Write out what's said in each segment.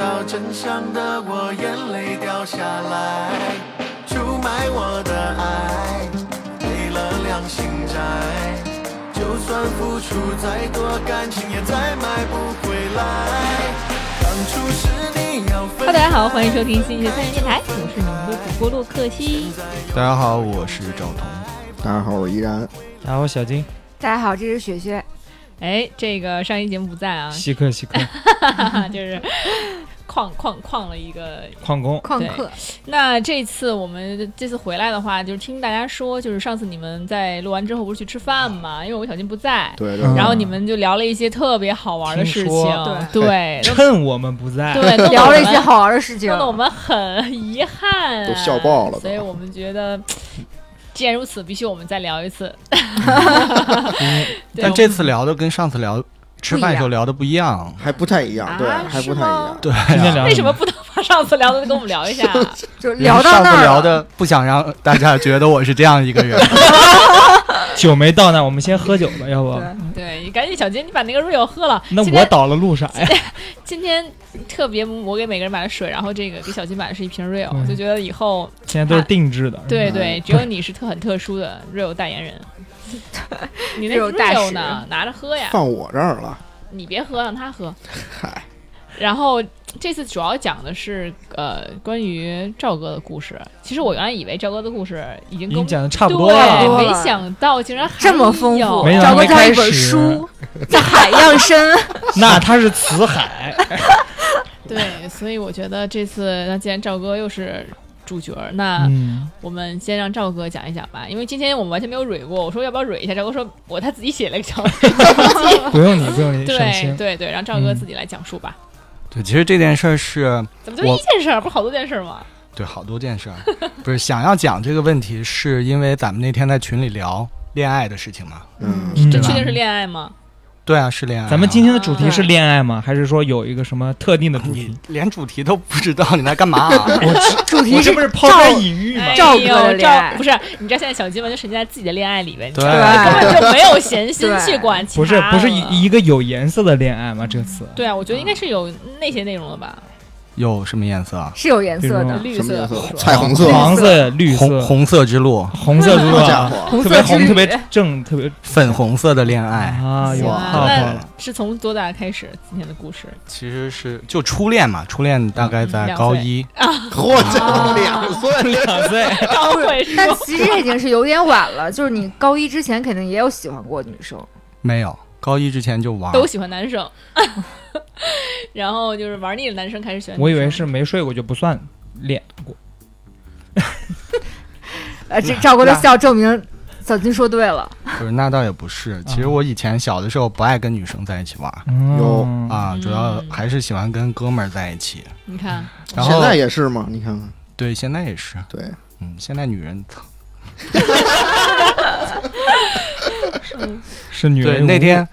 道真相的我，眼泪掉下来，出卖我的爱，赔了良心债。就算付出再多，感情也再买不回来。当初是你要分 Hello，大家好，欢迎收听新一期的三人电台，我是你们的主播洛克西。大家好，我是赵彤。大家好，我依然然后小金，大家好，这是雪雪。哎，这个上一节目不在啊，稀客稀 客，就是旷旷旷了一个。旷工，旷对课，那这次我们这次回来的话，就是听大家说，就是上次你们在录完之后不是去吃饭嘛，因为我小金不在。对嗯然后你们就聊了一些特别好玩的事听情说， 对趁我们不在，哎对，弄得 聊了一我些们好玩的事情弄，得我们很遗憾、啊，都笑爆了都所以我们觉得，既然如此，必须我们再聊一次。 对但这次聊的跟上次聊吃饭时候聊的不一样，还不太一样，对，啊还是不太一吗样。对、今天啊，聊为什么不能把上次聊的跟我们聊一下？啊 就聊到上那次儿聊了。的不想让大家觉得我是这样一个人，酒没到那，我们先喝酒吧，要不？嗯对，对，你赶紧，小金，你把那个 real 喝了。那今我天倒了录啥呀？今天特别，我给每个人买了水，然后这个给小金买的是一瓶 real，嗯我就觉得以后现在都是定制的，对对，只有你是特很特殊的 real 代言人。你 那 real 大 real 使呢？拿着喝呀，放我这儿了，你别喝，让他喝。嗨，然后这次主要讲的是呃关于赵哥的故事。其实我原来以为赵哥的故事已经已跟经讲的差不多对，了嗯多。没了想到竟然还这么丰有富，没想找到过没这样一开本始书，叫《海样深》。 那他是 辞海，对，所以我觉得这次那既然赵哥又是主角儿，那嗯，我们先让赵哥讲一讲吧，因为今天我们完全没有蕊过。我说要不要蕊一下，赵哥说我 他自己写了一个 小不用你，不用你，省对心。对对，让赵哥嗯自己来讲述吧。对，其实这件事儿是怎么就一我件事儿，不是好多件事儿吗？对好多件事儿，不是想要讲这个问题，是因为咱们那天在群里聊恋爱的事情嘛？嗯，嗯这对吧确定是恋爱吗？对啊，是恋爱啊、咱们今天的主题是对恋爱吗？还是说有一个什么特定的主题你？连主题都不知道，你来干嘛、啊？主题我这是不是抛砖赵引玉吗哎？赵哥呦的恋爱赵不是，你知道现在小鸡完全沉浸在自己的恋爱里面，你知道对吗对根本就没有 闲心对去管其啊不是他不是了一嗯一个有颜色的恋爱吗？这次对啊，我觉得应该是有那些内容了吧，有什么颜色啊？是有颜色这的种，嗯绿什么色颜、色？彩虹色，黄色、绿红色、红色之路，红色如好家啊，伙，红特色别之红，特别旅正，特别粉红色的恋爱。啊，有哇泡泡那了。是从多大开始？今天的故事其实是就初恋嘛，初恋大概在高一，我操，两岁，两岁， 高会但说，其实这已经是有点晚了。就是你高一之前肯定也有喜欢过的女生，没有高一之前就玩，都喜欢男生，然后就是玩腻了男生开始喜欢女生， 我以为是没睡过就不算练过，呃， 这赵国的笑证明小金说对了。不是那倒也不是。其实我以前小的时候不爱跟女生在一起玩有嗯啊，嗯主要还是喜欢跟哥们儿在一起。你看，然现后在也是嘛，你看看，对现在也是，对，嗯，现在女人操是女对人。那天。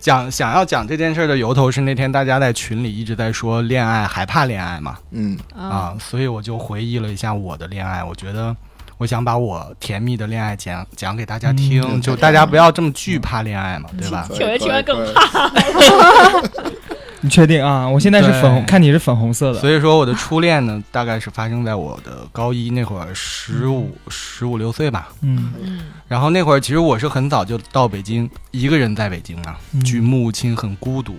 讲想要讲这件事儿的由头是那天大家在群里一直在说恋爱害怕恋爱嘛嗯，啊，啊，所以我就回忆了一下我的恋爱，我觉得我想把我甜蜜的恋爱讲讲给大家听，嗯就大家不要这么惧怕恋爱嘛，对吧？可以听着听着更可以你确定啊？我现在是粉红，对看你是粉红色的，所以说我的初恋呢，大概是发生在我的高一那会儿，十五十五六岁吧。嗯，嗯，然后那会儿其实我是很早就到北京，一个人在北京啊，嗯举目无亲，很孤独。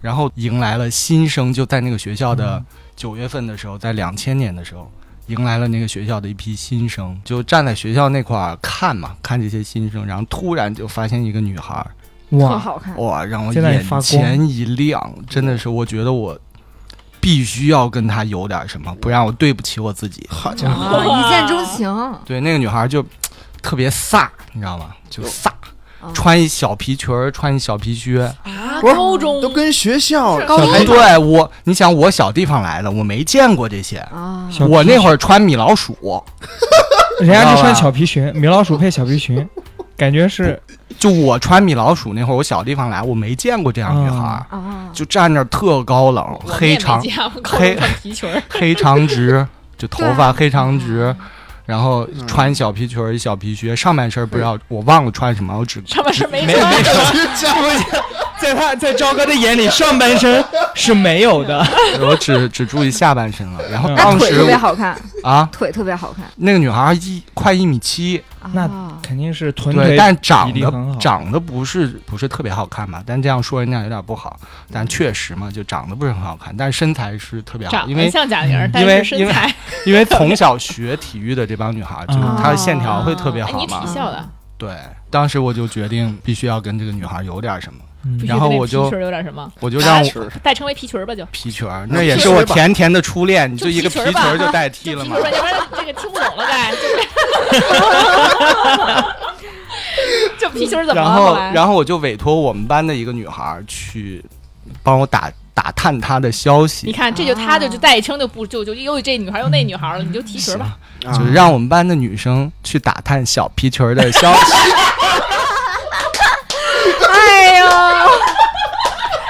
然后迎来了新生，就在那个学校的嗯九月份的时候，在两千年的时候，迎来了那个学校的一批新生，就站在学校那块儿看嘛，看这些新生，然后突然就发现一个女孩儿，特 哇，好啊看，哇，让我现在眼发光前一亮，真的是，我觉得我必须要跟她有点什么，不然我对不起我自己。好家伙，啊一见钟情。对，那个女孩就特别飒，你知道吗？就飒，哦啊穿一小皮裙儿，穿一小皮靴。啊，不是高中都跟学校是高一哎，对我，你想我小地方来的，我没见过这些。啊，小我那儿会儿穿米老鼠，人家知道是穿吧小皮裙，米老鼠配小皮裙，感觉是就我穿米老鼠那会儿，我小地方来，我没见过这样女孩哦儿，啊，就站那儿特高冷，我们也黑没长见过高黑中穿皮裙儿，黑长 直，就头对发黑长直，嗯然后穿小皮裙儿、嗯小皮靴，上半身不知道我忘了穿什么，我只上半身没没穿，没去教育 在他在朝哥的眼里，上半身是没有的。 我只只注意下半身了。然后嗯他当腿时特别好看，啊，腿特别好看。那个女孩一快一米七， 那啊肯定是臀对，腿但长比例很得好长得不是不是特别好看吧？但这样说人家有点不好，但确实嘛，就长得不是很好看，但身材是特别好，长因得为像贾玲儿，但因为是身材因为 从小学体育的这帮女孩，就是啊她的线条会特啊别哎好你体嘛。校的，对，当时我就决定必须要跟这个女孩有点什么，嗯必须然后得那我就皮裙儿有点什么，我就让我代称为皮裙儿吧，就皮裙儿，那那也皮是裙儿我吧甜甜的初恋，你就一个皮皮裙裙儿吧儿 就代替就了皮裙嘛儿。吧，要不然这个听不懂了该。 就 就皮裙儿怎么了？然后后，来然后我就委托我们班的一个女孩儿去帮我打打探她的消你息，看，这就他就啊就代称就不就就又这女孩儿又那女孩儿了，你就提裙儿吧。嗯啊就是让我们班的女生去打探小皮裙儿的消 息。哎呦，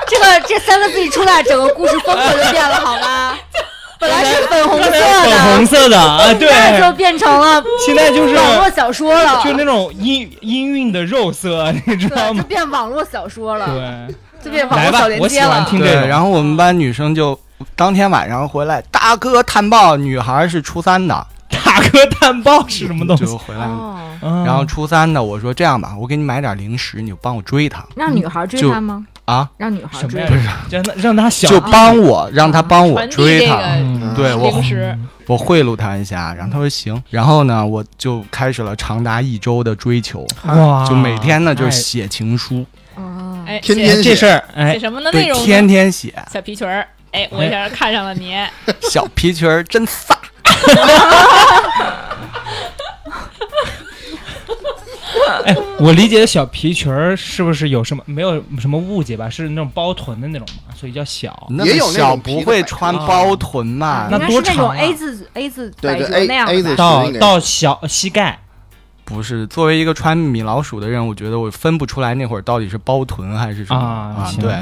这个这三个字一出来，整个故事风格就变了，好 吗？本来是粉红色粉红的，色的啊，对，现在就变成了现在就是网络小说了，就那种音音韵的肉色， 你知道对，就吗？变网络小说了，对，就变网来络吧小，连我喜接欢了。听这对，个。然后我们班女生就当天晚上回来，大哥探报，女孩是初三的，大哥探报是什么东西啊就？回来了。哦，然然后初三的，我说这样吧，我给你买点零食，你就帮我追她让女孩追就他吗？啊，让女孩什么追呀？让他让他想就帮我让她帮我嗯传递追这她。个嗯对我零食，我贿赂她一下，然后她说行，然后呢，我就开始了长达一周的追求，嗯哇，就每天呢就哎写情书，哦，哎，天写天这事儿，写哎，什么呢？内对，容天呢天写小皮裙儿，哎，我一下看上了 你，小皮裙儿真飒，哎，我理解的小皮裙儿是不是有什么没有什么误解吧？是那种包臀的那种嘛，所以叫小。那也么有那小种皮不的啊会摆穿着包臀嘛？那应该多是那长种啊 A 字 A 字对摆对折 A 那样 A 的吧。字到是那个到小膝盖，不是，作为一个穿米老鼠的人，我觉得我分不出来那会儿到底是包臀还是什么啊行对，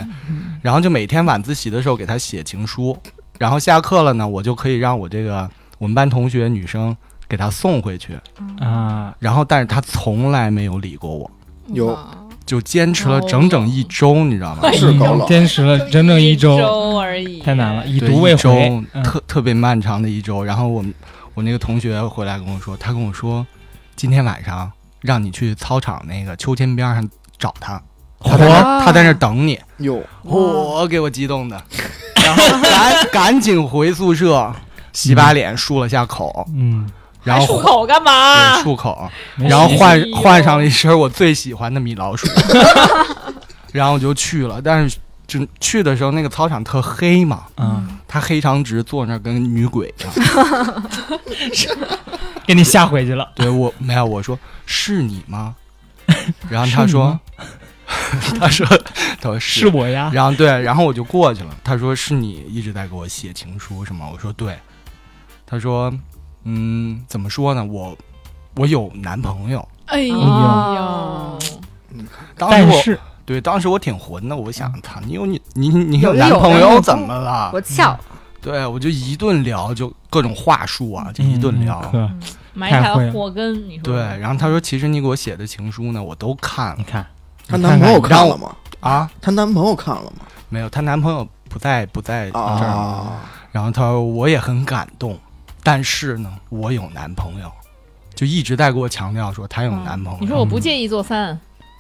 然后就每天晚自习的时候给他写情书，然后下课了呢，我就可以让我这个我们班同学女生给他送回去。啊，然后，但是他从来没有理过我，有就坚持了整整一周，你知道吗？哎嗯是高冷坚持了整整一周，而已，哎太难了，。以对毒为一周回。嗯特特别漫长的一周。然后我们我那个同学回来跟我说，他跟我说，今天晚上让你去操场那个秋千边上找他，他在那嚯他在那等你，有我给我激动的， 然后赶赶紧回宿舍洗把脸，漱了下口，嗯，然后还漱口干嘛对？漱口，没然后洗换哎呦换上了一身我最喜欢的米老鼠， 然后我就去了，但是。就去的时候，那个操场特黑嘛，嗯，他黑长直坐那儿跟女鬼一样，给你吓回去了。对我没有，我说是你吗？然后他说， 他说，他说是是。我呀，然后对，然后我就过去了。他说是你一直在给我写情书是吗？我说对。他说，嗯，怎么说呢？我我有男朋友。哎呦哦，当时但我是对当时我挺混的，我嗯想他，你有你你你有男有朋男友朋怎友么了我？翘，对，我就一顿聊，就各种话术啊，就一顿聊。嗯呵埋下了祸根，你说对，然后他说，其实你给我写的情书呢，我都看了你看，她男朋友你看看了吗？啊。她男朋友看了吗？没有，她男朋友不在不在这儿。哦啊，然后她说我也很感动，但是呢，我有男朋友，就一直在给我强调说她有男朋友。嗯你说我不介意做三，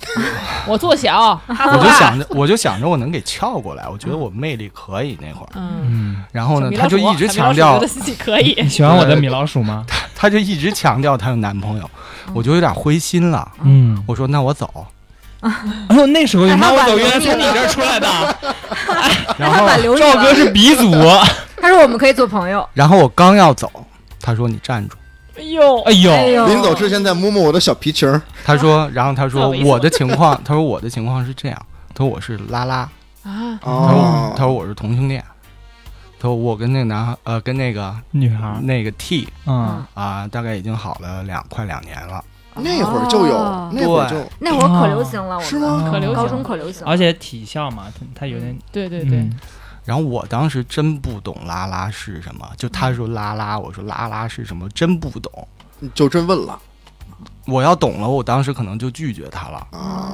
我做小，嗯我就 想着，我就想着我能给撬过来，我觉得我魅力可以那会儿。嗯，嗯，然后呢小米，她老就鼠一直小米老鼠强调觉得，自己可以 你，喜欢我的米老鼠吗？她就一直强调她有男朋友，嗯我就有点灰心了。嗯，我说那我走，哎呦，那时候哎妈，他我挽走留原来你从你了这儿出来的。啊 然他后 挽留你赵哥了。是鼻祖，他说我们可以做朋友。然后我刚要走，她说你站住，哎呦哎，呦，哎呦，临走之前再摸摸我的小皮裙儿，她说， 然后她说不好意思我的情况， 她说我的情况是这样，她说我是拉拉。啊，他说哦，他说我是同性恋，他说我跟那个男孩呃跟那个女孩儿，那个 T 嗯，啊、大概已经好了两快两年了，那会儿就有，那会儿就那会儿可流行了，我们是吗嗯可流行哦高中可流行，而且体校嘛，他他有点，对对对，嗯然后我当时真不懂拉拉是什么，就他说拉拉，我说拉拉是什么，真不懂。你就真问了，我要懂了，我当时可能就拒绝他了。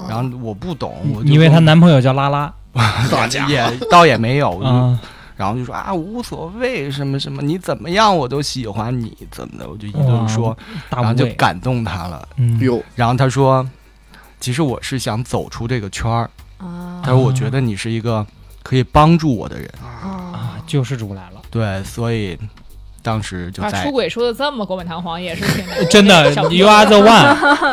然后我不懂，我就因为说她男朋友叫拉拉 大家也倒也没有， 我就啊，然后就说啊无所谓什么什么，你怎么样我都喜欢你，怎么的，我就一顿哇说，嗯大然后无就畏，感动他了。嗯，哟，然后他说，其实我是想走出这个圈儿，啊他说我觉得你是一个可以帮助我的人，啊啊，救世主来了。对，所以当时就把在出轨说的这么冠冕堂皇，也是挺难 真的小朋友，You are the one，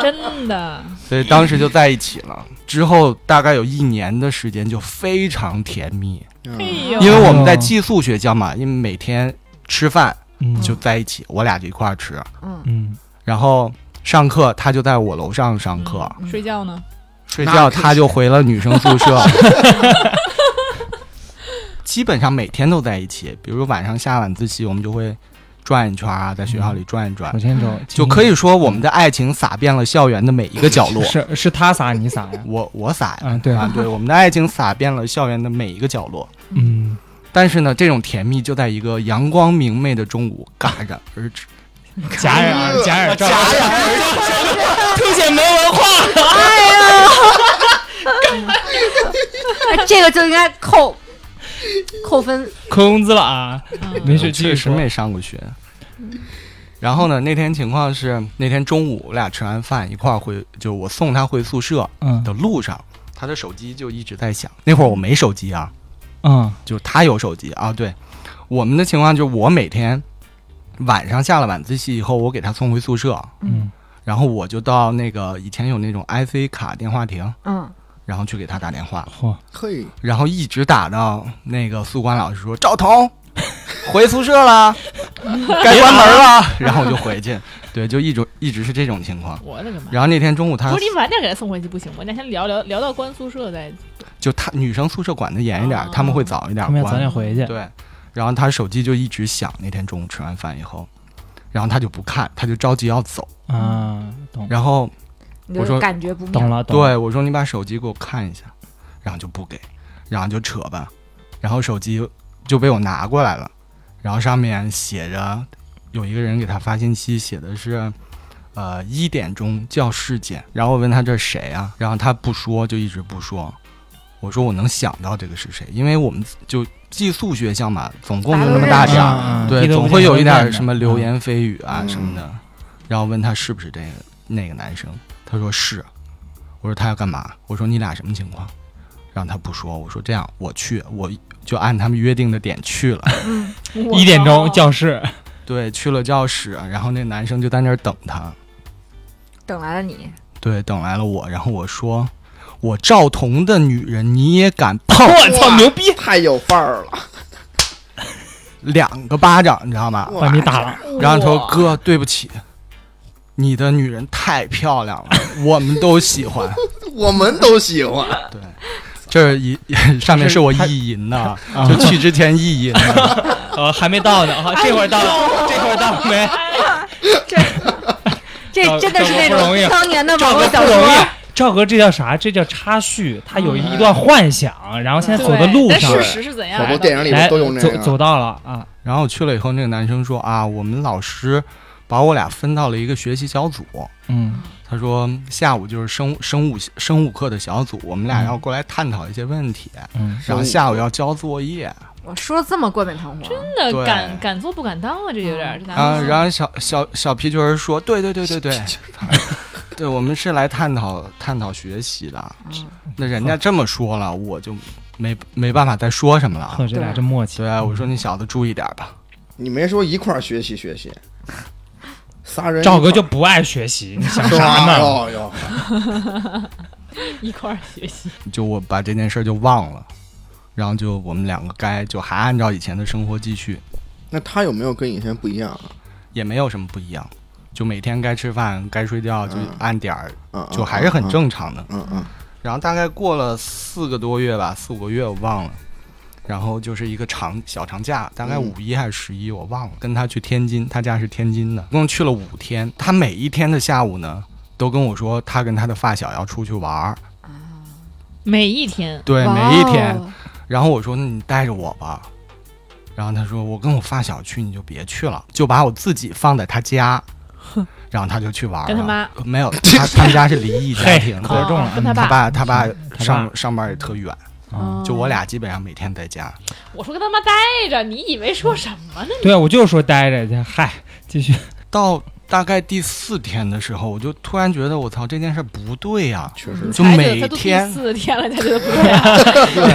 真的，所以当时就在一起了。之后大概有一年的时间就非常甜蜜，嗯哎哦呦，因为我们在寄宿学校嘛，因为每天吃饭嗯，就在一起，我俩就一块儿吃，嗯嗯，然后上课他就在我楼上上课，嗯睡觉呢，睡觉他就回了女生宿 舍。基本上每天都在一起，比如晚上下晚自习，我们就会转一圈啊，在学校里转一转手，牵手就可以说我们的爱情撒遍了校园的每一个角落。 是是他撒你撒呀，我我撒呀啊，对啊啊，，对，我们的爱情撒遍了校园的每一个角落。嗯，但是呢，这种甜蜜就在一个阳光明媚的中午戛然呃而止。戛然哎而戛然而戛 然凸显没文 化。哎 这个就应该扣扣分。扣工资了啊，嗯没事，继续确实说。没上过学。然后呢，那天情况是那天中午我俩吃完饭一块儿回，就我送他回宿舍嗯的路上，他的手机就一直在响。那会儿我没手机啊，嗯就是他有手机啊。对，我们的情况就是我每天晚上下了晚自习以后，我给他送回宿舍，嗯，然后我就到那个以前有那种 IC 卡电话亭，嗯，然后去给他打电话，嚯，嘿，然后一直打到那个宿管老师说赵 彤回宿舍了，该关门了， 然后我就回去。对，就一直一直是这种情况。我的个妈！然后那天中午他不是你晚点给他送回去不行吗？你俩先聊聊聊到关宿舍再就他女生宿舍管的严一点哦，他们会早一点他们要早关。点回去。对，然后他手机就一直响。那天中午吃完饭以后，然后他就不看，他就着急要走。啊，嗯懂然后你我就说感觉不懂妙。了，懂了。对我说：“你把手机给我看一下。”然后就不给，然后就扯吧，然后手机就被我拿过来了，然后上面写着有一个人给他发信息，写的是。呃，一点钟教室见。然后我问他这是谁啊？然后他不说，就一直不说。我说我能想到这个是谁，因为我们就寄宿学校嘛，总共就那么大点儿，啊对，总会有一点什么流。言蜚语啊嗯什么的。然后问他是不是这个那个男生，他说是。我说他要干嘛？我说你俩什么情况？然后他不说。我说这样，我去，我就按他们约定的点去了。 讲。一点钟叫 教室，对，去了教室，然后那男生就在那儿等他。等来了你，对，等来了我，然后我说。我赵彤的女人你也敢碰？我操，牛逼！太有范儿啊了，两个巴掌，你知道吗？把你打 了，然后他说：“哥，对不起，你的女人太漂亮了，我们都喜欢。” 我们都喜欢， 对，这是一 上面是我意淫的，啊就去之前意淫的。 呃，还没到呢，啊，这会儿到 了，这会儿到没？这赵真的是那赵哥不容易种当年的网赵哥不络小容易说。。赵哥这叫啥？这叫插叙，他有一段幻想，然后现在走的路但上事，实是怎样好来多的？电影里来面都用这走走个。到了啊，然后去了以后，那个男生说啊，我们老师把我俩分到了一个学习小组。嗯他说下午就是生物生物生物课的小组，我们俩嗯要过来探讨一些问题，嗯，然后下午要交作业啊我说的这么冠冕堂皇，真的对敢敢做不敢当啊，这有点儿。这男哦啊。的然后小小小皮裙儿说，对对对对对， 对我们是来探讨探讨学习的。嗯那人家这么说了，我就没没办法再说什么 了啊。呵，这俩真默契。对啊，我说你小子注意点吧。你没说一块儿学习学习，仨人赵哥一块就不爱学习，你想儿啥是呢？吧？哟哟，一块儿学习，就我把这件事儿就忘了，然后就我们两个该就还按照以前的生活继续，那他有没有跟以前不一样啊也没有什么不一样，就每天该吃饭该睡觉就按点儿，啊？就还是很，正常的。嗯嗯，然后大概过了四个多月吧，四五个月我忘了。然后就是一个长小长假，大概嗯五一还是十一，我忘了。跟他去天津，他家是天津的，一共去了五天。他每一天的下午呢，都跟我说他跟他的发小要出去玩儿，每一天对，哇每一天。哦然后我说：“那你带着我吧。”然后他说：“我跟我发小去，你就别去了，就把我自己放在他家。”然后他就去玩了。跟他妈呃没有，他他们家是离 异家庭，嘿得对中了哦，跟他嗯他爸。爸他爸哦他爸上上班也特远，啊就我俩基本上每天在家。我说跟他妈待着，你以为说什么呢？对啊，我就说待着去，嗨，继续。到大概第四天的时候，我就突然觉得我操这件事不对啊 呀、啊确实就是每他都第嗯天四天了，才觉得不对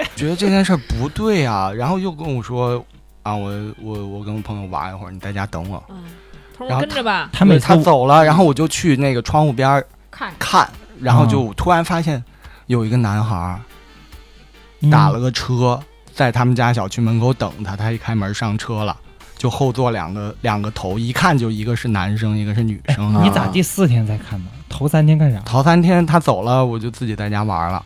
啊。觉得这件事不对啊，然后又跟我说啊，我我我跟我朋友玩一会儿，你在家等我。嗯，他然说后跟着吧，他每次他走了，然后我就去那个窗户边儿看看，然嗯后就突然发现有一个男孩儿嗯打了，个车，在他们家小区门口等他，他一开门上车了。就后座两个两个头，一看就一个是男生，一个是女生。嗯你咋第四天才看的？头三天干啥？头三天他走了，我就自己在家玩了。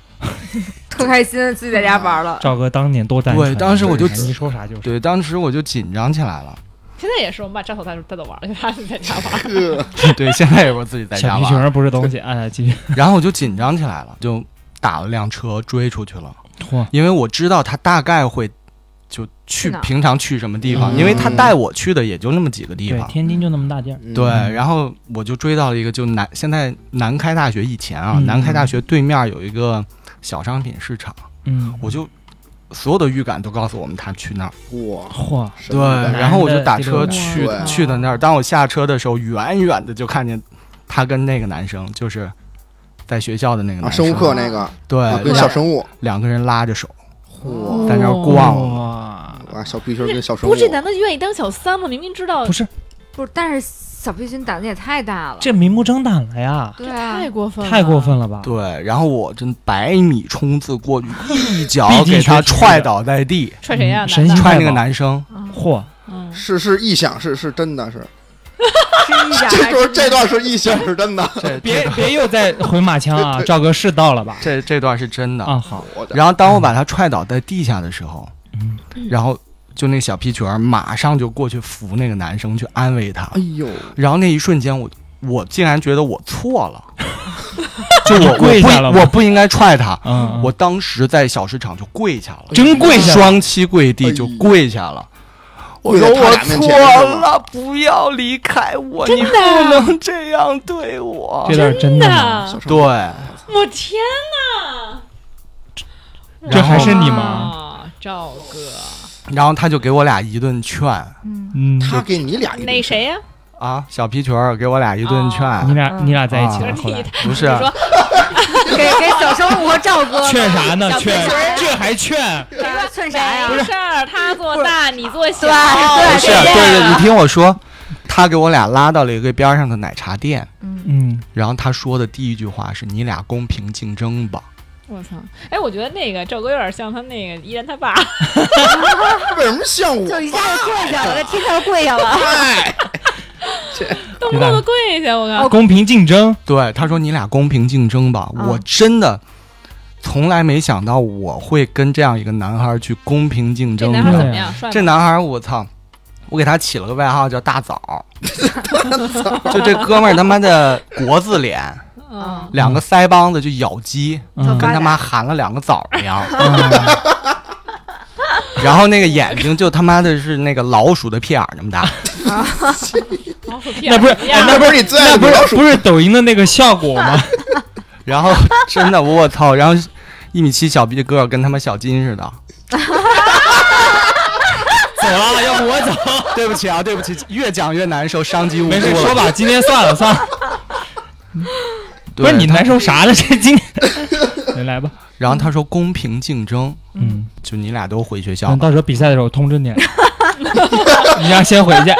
特开心，自己在家玩了。赵哥当年多单纯啊。对当时我就你说啥就是。对，当时我就紧张起来了。现在也是，我们把张头带着带走玩儿，就他自己在家玩儿。对，现在也是自己在小家皮球玩，儿不是东西，哎，继续。然后我就紧张起来了，就打了辆车追出去了，嚯，因为我知道他大概会就去去哪儿平常去什么地方，嗯因为他带我去的也就那么几个地对，方。天津就那么大地儿。嗯对，然后我就追到了一个，就南现在南开大学以前啊，嗯南开大学对面有一个小商品市场，嗯，我就所有的预感都告诉我们他去那儿。哇，嚯，什对，么的然后我就打这车个去哇去的那儿。当我下车的时候，远远的就看见他跟那个男生，就是在学校的那个啊，男生，生物课那个对，啊，跟两小生物，两个人拉着手哇，在哦那儿逛。哇，啊，小皮球跟小生物，不是这男的愿意当小三吗？明明知道不是，不是，但是小皮裙胆子也太大了。这明目张胆了呀，对啊太，过分了，太过分了吧？对，然后我真百米冲刺过去，一 脚毕竟给是他学习踹的倒在地，踹谁呀？嗯男的神 仙踹那太个猛男生。嚯，嗯，是是臆想，是是真的是，真假这还时候是这段是臆想，是真的， 这别别又再回马枪啊！赵哥是到了吧？这这段是真的。啊，好，我的然后当我把他踹倒在地下的时候，嗯然后就那小皮裙儿马上就过去扶那个男生，去安慰他。哎呦，然后那一瞬间我，我竟然觉得我错 了，就我我跪下了不吗我不应该踹他，嗯，我当时在小市场就跪下了，真跪下了，双膝跪地就跪下了。我跪在说他我俩面错前是吗了，不要离开我，你不能这样对我这。段儿真的啊吗？那小生对物，，啊我天哪！这还是你吗？吗？赵哥，然后他就给我俩一顿劝嗯，他给你俩一顿那谁呀？啊，小皮裙儿给我俩一顿劝，你俩你俩在一起啊了，后你来不是啊你说给给小生物和赵哥劝啥呢？小劝皮球儿这还劝？啥劝啥呀？没事儿，他做大，你做小，对哦对不是，这啊对样对，你听我说，他给我俩拉到了一个边上的奶茶店，嗯，然后他说的第一句话是：“你俩公平竞争吧。我操！哎，我觉得那个赵哥有点像他那个依然 他爸，为什么像我就？一下就跪下了，这天上跪下了。哎，动不动就跪下，我靠！嗯公平竞争，”对，他说：“你俩公平竞争吧。嗯我真的从来没想到我会跟这样一个男孩去公平竞这争男孩儿怎的。么样？帅这吗？男孩，我操！我给他起了个外号叫大枣，就这哥们儿他妈的国字脸，嗯，两个腮帮子就咬鸡，嗯啊跟他妈含了两个枣一 样。然后那个眼睛就他妈的是那个老鼠的屁眼儿那么大，老鼠屁那不是眼哎儿那不是你最爱那的不米老是鼠不是抖音的那个效果吗？然 后真的我操，然后一米七小逼个儿跟他妈小金似的。 走了，要不我走。 对不起啊，对不起，越讲越难受，伤及无辜 没了。事，说吧，今天算了算了。 对，不是你难受啥呢？这今天，你 来吧。然后他说公平竞争，嗯，就你俩都回学校等吧。到时候比赛的时候通知你。 你让先回 去。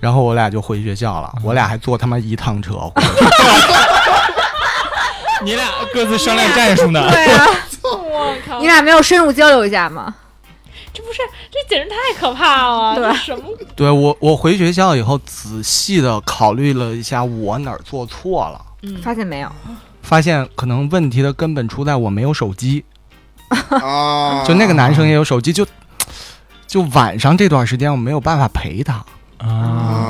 然后我俩就回学校了，我俩还坐他妈一趟车 回去。你俩各自商量战术呢。对啊，我靠你！俩没有深入交流一下吗？这不是，这简直太可怕了！对这什么？对我，我回学校以后仔细的考虑了一下我哪儿做错了。嗯。发现没有？发现可能问题的根本出在我没有手机，啊？就那个男生也有手机，就就晚上这段时间我没有办法陪他，啊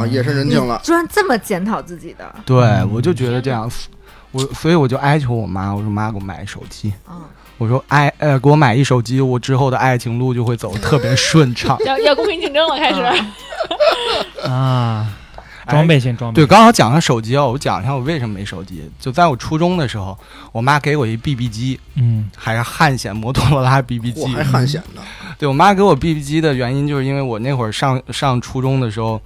啊，夜深人静了 你，居然这么检讨自己的，对、嗯我就觉得这样，我所以我就哀求我妈，我说妈给我买手机，嗯，我说爱呃给我买一手机，我之后的爱情路就会走得特别顺畅要要公平竞争了，开始。啊，装备先嗯装备。哎对，刚好讲到手机哦，我讲一下我为什么没手机。就在我初中的时候，我妈给我一 BB 机，嗯，还是汉显摩托罗拉 BB 我机。还汗显呢。对我妈给我 BB 机的原因，就是因为我那会儿上上初中的时候，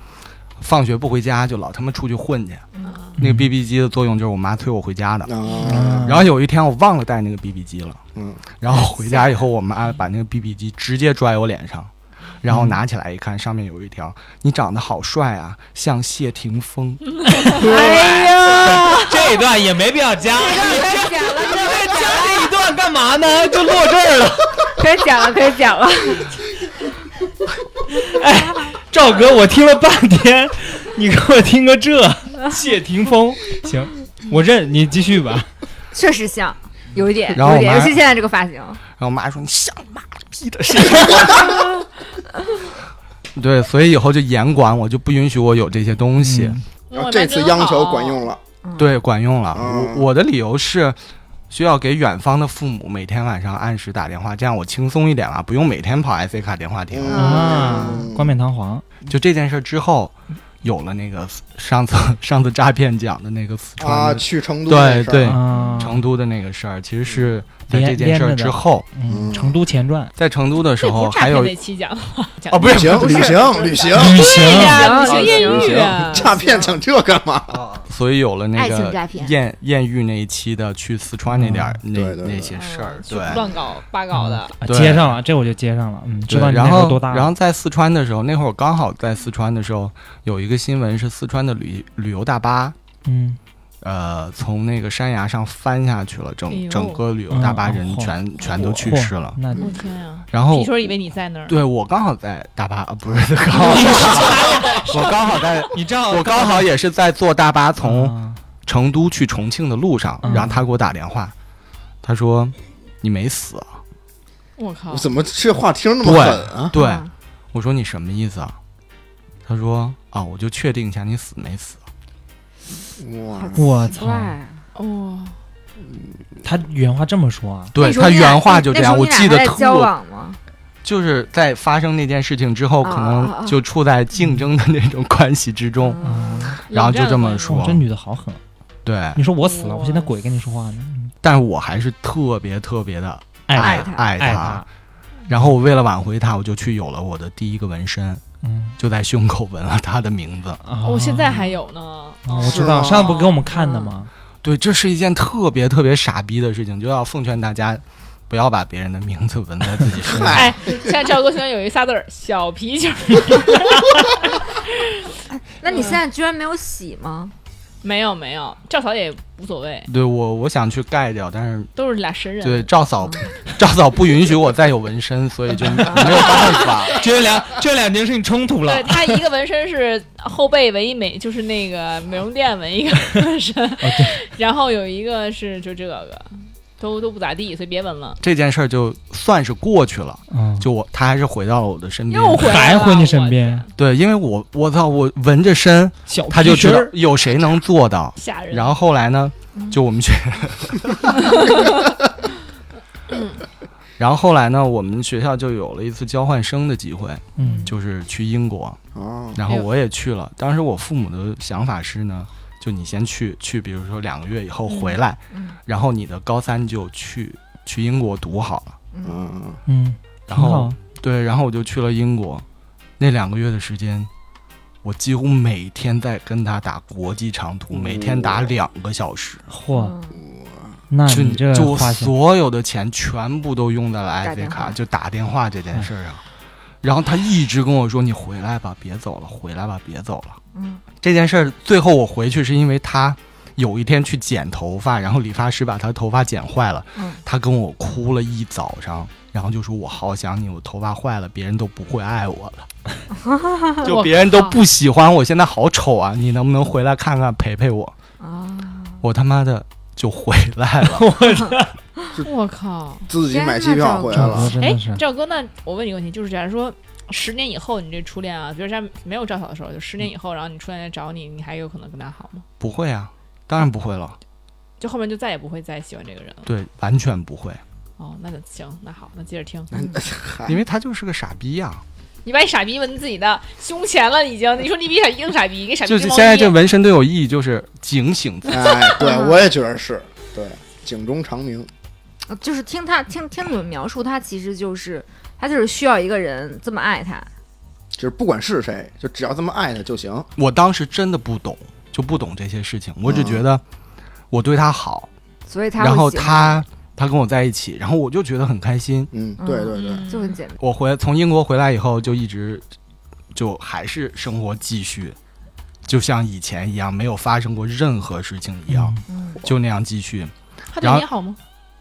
放学不回家就老他妈出去混去。那个 BB 机的作用就是我妈催我回家的。啊，然后有一天我忘了带那个 BB 机了，嗯，然后回家以后，我妈把那个 BB 机直接拽我脸上，然嗯后拿起来一看，上面有一条“你长得好帅啊，像谢霆锋”。哎呀，这一段也没必要加，可以剪了，再加这一段干嘛呢？就落这儿 了。可以剪了，可以剪了。赵哥，我听了半天，你给我听个这，谢霆锋，行，我认，你继续吧。确实像，有一点，然后有一点，我尤妈其现在这个发型，然后我妈说：“你像妈了逼的谁？” 对，所以以后就严管我，就不允许我有这些东西。嗯嗯然后这次央求管用了，对，管用了。嗯我我的理由是，需要给远方的父母每天晚上按时打电话，这样我轻松一点嘛，不用每天跑 IC 卡电话亭。嗯啊，冠冕堂皇，就这件事之后，有了那个上次上次诈骗讲的那个四啊，川的、去成都那事儿对啊，成都的那个事儿，其实是在这连件事连着儿的之后，嗯，成都前传，在成都的时这不候是还诈有骗那期讲的吗？讲哦，不旅是行旅行旅嗯行，旅对呀，旅行行艳遇啊，诈骗讲这干嘛？所以有了那爱情个诈骗艳艳遇那一期的去四川那点儿、嗯对对那对那些事儿，嗯对。乱搞八搞的，啊对接上了，这我就接上了，嗯，知对道你那然时候后多大了，然后在四川的时候，那会儿我刚好在四川的时候，有一个新闻是四川的旅旅游大巴，嗯，呃，从那个山崖上翻下去哎了，呦整整个旅游大巴人嗯全、全都去嚯世了。那嗯我天啊！然后皮球以为你在那儿，哦对我刚好在大巴， 啊、不是刚好，我刚好在，你这样我刚好也是在坐大巴从啊成都去重庆的路上，嗯然后他给我打电话，他说你没死啊？我靠我！ 怎么这话听那么狠啊？对，啊我说你什么意思啊？他说啊，我就确定一下你死没死。啊哇，我奇操怪，啊哦，他原话这么说啊，对那时候他你俩原话就这样，那我时候记你俩得还在交特往吗？就是在发生那件事情之后，啊可啊啊嗯能就处在竞争的那种关系之中。啊，然后就这么冷战的说哇，这女的好狠，啊对，你说我死了，哇我现在鬼跟你说话呢，嗯但我还是特别特别的爱他哎爱爱他。，然后我为了挽回他，我就去有了我的第一个纹身，嗯，就在胸口纹了他的名字。啊那哦种，我现在还有呢。啊，我知是道，吗上次不给我们看的吗？对，这是一件特别特别傻逼的事情，就要奉劝大家不要把别人的名字纹在自己身上。哎，现在赵哥身上有一仨字儿“小皮球那你现在居然没有洗吗？”，没有没有，赵嫂也无所谓，对我，我想去盖掉，但是都是啊俩神人。对赵嫂， 赵嫂不允许我再有纹身，所以就没有办法。这两这两件事情冲突了对，他一个纹身是后背纹一美，就是那个美容店纹一个纹哦身，然后有一个是就这个，都都不咋地，所以别纹了。这件事儿就算是过去了，嗯，就我他还是回到了我的身边。又回来还了回你身，边，对，因为我我操，我纹着身，小他就皮裙知道儿有谁能做到我。吓人。然后后来呢，就我们学，然后后来呢，我们学校就有了一次交换生的机会，嗯，就是去英国，啊，然后我也去了。当时我父母的想法是呢，就你先去去，比如说两个月以后回来，然后你的高三就去去英国读好了。嗯，嗯，然后挺好对，然后我就去了英国，那两个月的时间，我几乎每天在跟他打国际长嗯途，每天打两个小时，嚯，嗯那就你这就我花钱，所有的钱全部都用在了打 IC 电卡，话就打电话这件事儿上。然后他一直跟我说：“你回来吧，别走了，回来吧，别走了。”嗯，这件事儿最后我回去是因为他有一天去剪头发，然后理发师把他头发剪坏了，嗯他跟我哭了一早上，然后就说我好想你，我头发坏了，别人都不会爱我 了，就别人都不喜欢我，现在好丑啊，你能不能回来看看陪陪我？啊，我他妈的就回来了，我靠！自己买机票回来赵哥了，真哎的是，，赵哥，那我问你个问题，就是假如说十年以后你这初恋啊，比如像没有赵嫂的时候，就十年以嗯后，然后你初恋来找你，你还有可能跟他好吗？不会啊，当然不会了，就后面就再也不会再喜欢这个人了。对，完全不会，哦，那就行，那好，那接着听。因为他就是个傻逼呀、你把你傻逼纹自己的胸前了，已经。你说你比傻逼更傻逼，哎给傻逼就是织毛现在衣这纹身对我意义就是警醒自己。 哎，对，我也觉得是，对，警钟长鸣。啊就是听他听听你们描述，他其实就是他就是需要一个人这么爱他，就是不管是谁，就只要这么爱他就行。我当时真的不懂，就不懂这些事情，我只嗯觉得我对他好，所以他会然后喜欢他他跟我在一起，然后我就觉得很开心。嗯，对对对，嗯就很简单。我回从英国回来以后，就一直就还是生活继续，就像以前一样，没有发生过任何事情一样，嗯就那样继续。他然对后你好吗？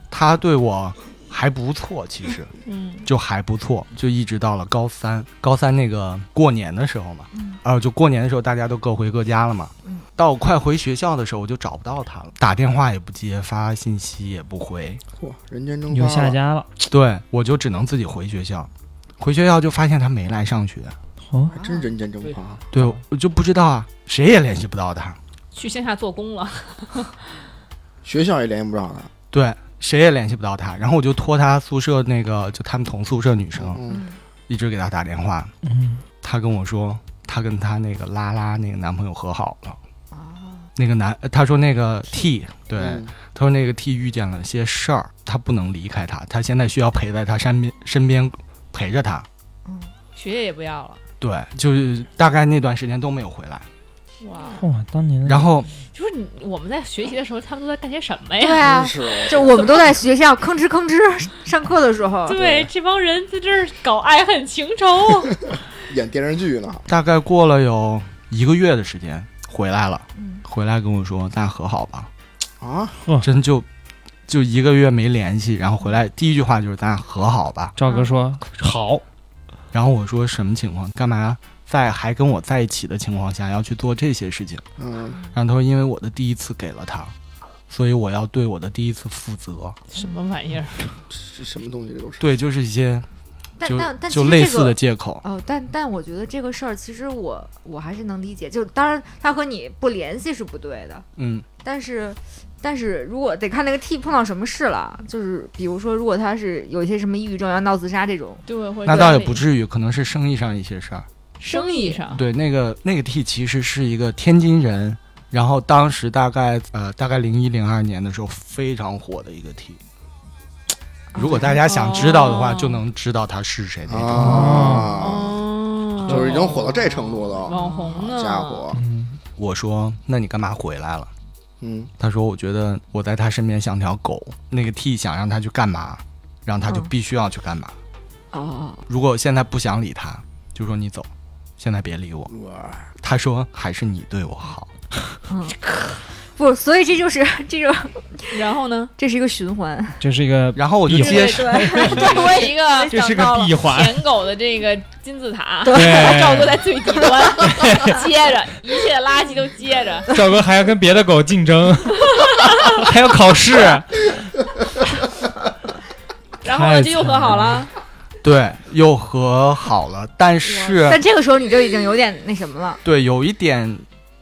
他对我还不错，其实嗯，就还不错，就一直到了高三。高三那个过年的时候嘛，呃，就过年的时候大家都各回各家了嘛。到快回学校的时候，我就找不到他了，打电话也不接，发信息也不回，嚯，人间蒸有发下了。家了。对我就只能自己回学校。回学校就发现他没来上学，哦，还真人间蒸发，对我就不知道啊，谁也联系不到他，去线下做工了。学校也联系不上他。对，谁也联系不到他。然后我就托他宿舍那个，就他们同宿舍女生，嗯，一直给他打电话，嗯，他跟我说，他跟他那个拉拉那个男朋友和好了。那个男，呃他说那个 T，对，嗯他说那个 T 遇见了些事儿，他不能离开他，他现在需要陪在他身边，身边陪着他。学业也不要了，对，就是大概那段时间都没有回来。哇！哇，啊当年然后就说你我们在学习的时候，他们都在干些什么对哎呀？啊真，是我就我们都在学校吭哧吭哧 上课的时候，对，这帮人在这儿搞爱恨情 仇，演电视剧呢，大概过了有一个月的时间回来了，嗯回来跟我说，那和好吧，啊，真就就一个月没联系，然后回来第一句话就是咱俩和好吧。赵哥说好，然后我说什么情况？干嘛在还跟我在一起的情况下要去做这些事情？嗯，然后他说因为我的第一次给了他，所以我要对我的第一次负责。什么玩意儿？这什么东西这都是。对，就是一些但就但但其就实类这似的个借口。哦，但但我觉得这个事儿其实我我还是能理解，就当然他和你不联系是不对的，嗯，但是，但是如果得看那个 T 碰到什么事了，就是比如说，如果他是有一些什么抑郁症要闹自杀这种，对，或者那倒也不至于，可能是生意上一些事儿。生意上，对，那个那个 T 其实是一个天津人，然后当时大概呃大概零一零二年的时候非常火的一个 T。如果大家想知道的话，哦就能知道他是谁那种。啊，哦，就是已经火到这程度了，网红好呢，家，伙，我说：“那你干嘛回来了嗯，？”他说：“我觉得我在他身边像条狗。那个 T 想让他去干嘛，然后他就嗯必须要去干嘛。哦，如果我现在不想理他，就说你走，现在别理我。哇，”他说：“还是你对我好。不，所以这就是这种，然后呢？这是一个循环。这是一个”，然后我就闭接对对对，对 我一个 这是个闭环，舔狗的这个金字塔， 对赵哥在最底端， 接着一切垃圾都接着，赵哥还要跟别的狗竞 争，还要考 试，然后呢就又和好了。对，又和好了，但是啊但这个时候你就已经有点那什么了，对，有一点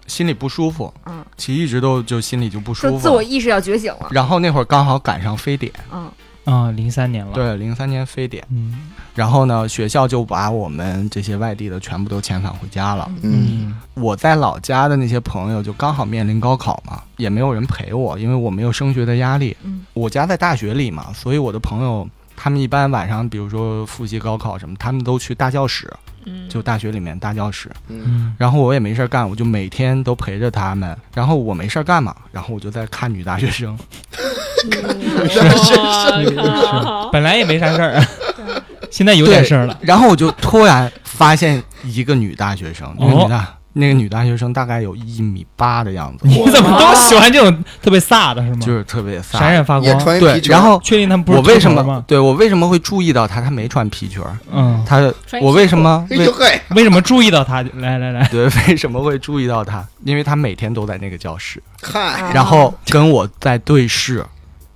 心里不舒服，嗯，其实一直都就心里就不舒就服，自我意识要觉醒了。然后那会儿刚好赶上非典，嗯，啊，零三年了，，对，零三年非典，嗯然后呢，学校就把我们这些外地的全部都遣返回家了。嗯，我在老家的那些朋友就刚好面临高考嘛，也没有人陪我，因为我没有升学的压力。嗯，我家在大学里嘛，所以我的朋友他们一般晚上，比如说复习高考什么，他们都去大教室，嗯，就大学里面大教室。嗯，嗯，然后我也没事儿干，我就每天都陪着他们。然后我没事儿干嘛，然后我就在看女大学生。 嗯嗯我靠，本来也没啥事儿，现 在有点事儿了，然后我就突然发现一个女大学生，那个哦女大、那个女大学生大概有一米八的样子，你怎么都喜欢这种特别飒的是吗？就是特别闪飒。闪发也光，穿一对皮，裙然后确定他们不是我为什秃头么吗？对我为什么会注意到她？她没穿皮裙儿，嗯，她穿一我为什么哎呦为嘿，为什么注意到他？来来来，对 为什么会注意到她？因为她每天都在那个教室，嗨，然后跟我在对视。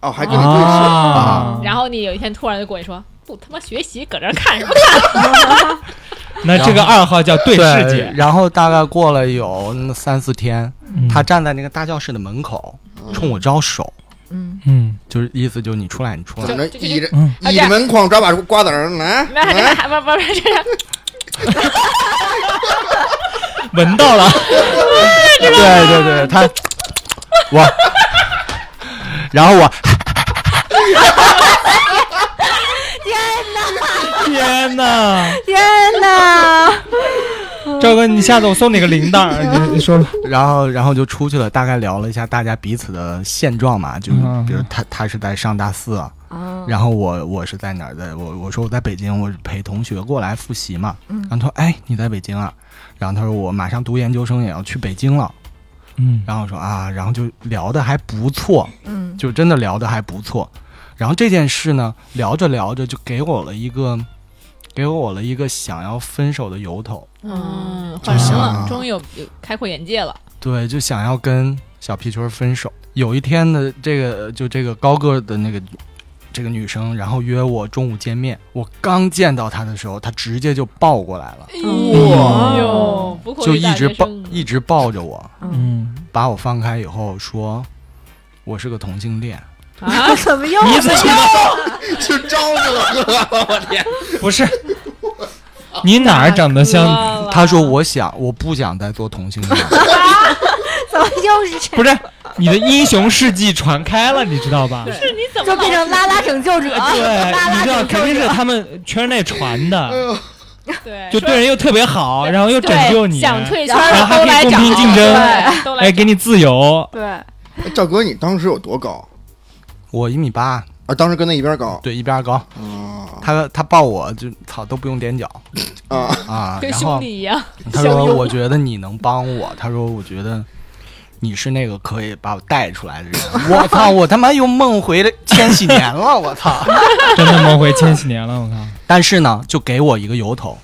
哦，还跟你对视，啊然后你有一天突然就过去说。不他妈学习搁这儿 看什 么看？那这个二号叫 对对，视姐，然后大概过了有那么三四天，嗯她站在那个大教室的门口，冲我招手，嗯，嗯就是意思就是你出来，你出来怎。么着，就就倚着嗯倚着门框抓把瓜子儿来哎 没有，还这来，还不不不，这闻到 了，对对对，他 我，然后我天哪！天哪！赵哥，你下次我送你个铃铛，你你说吧。然后，然后就出去了，大概聊了一下大家彼此的现状嘛，就是嗯比如他他是在上大四，啊啊嗯然后我我是在哪儿的，我我说我在北京，我是陪同学过来复习嘛，然后他说哎你在北京啊，然后他说我马上读研究生也要去北京了，嗯，然后我说啊，然后就聊的还不错，嗯就真的聊的还不错，然后这件事呢聊着聊着就给我了一个给我了一个想要分手的由头，嗯，就换人想了啊，终于有有开阔眼界了。对，就想要跟小皮球分手。有一天的这个就这个高个的那个这个女生，然后约我中午见面。我刚见到她的时候，她直接就抱过来了，哇哟，哎不愧就是一哎大直学抱生一直抱着我，嗯，嗯，把我放开以后说我是个同性恋。啊，怎么又你怎么就招着了哥，我天！不是？你哪儿长得像？哥了她说我想我不想再做同性恋。 怎么又 是这？不是你的英雄事迹传开了，你知道吧？是你怎么就变成拉拉拯救者，啊拉对，你拉知道拯肯定救是者。他们圈内传哎的，对就对人又特别好，然后又拯救你，啊想退圈然的后都还来可以找，公平竞争对都来哎，给你啊自 由。对，哎赵哥，你当时有多高我一米八，啊？当时跟他一边高对一边高。啊她她抱我就操都不用踮脚啊！啊。 跟然兄后弟一样，他相说：“拥我觉得你能帮我。” 他说：“我觉得你是那个可以把我带出来的人。” 我操！我他妈又梦回了千禧年了！我操！ 真的梦回千禧年了，我靠！但是呢，就给我一个由头，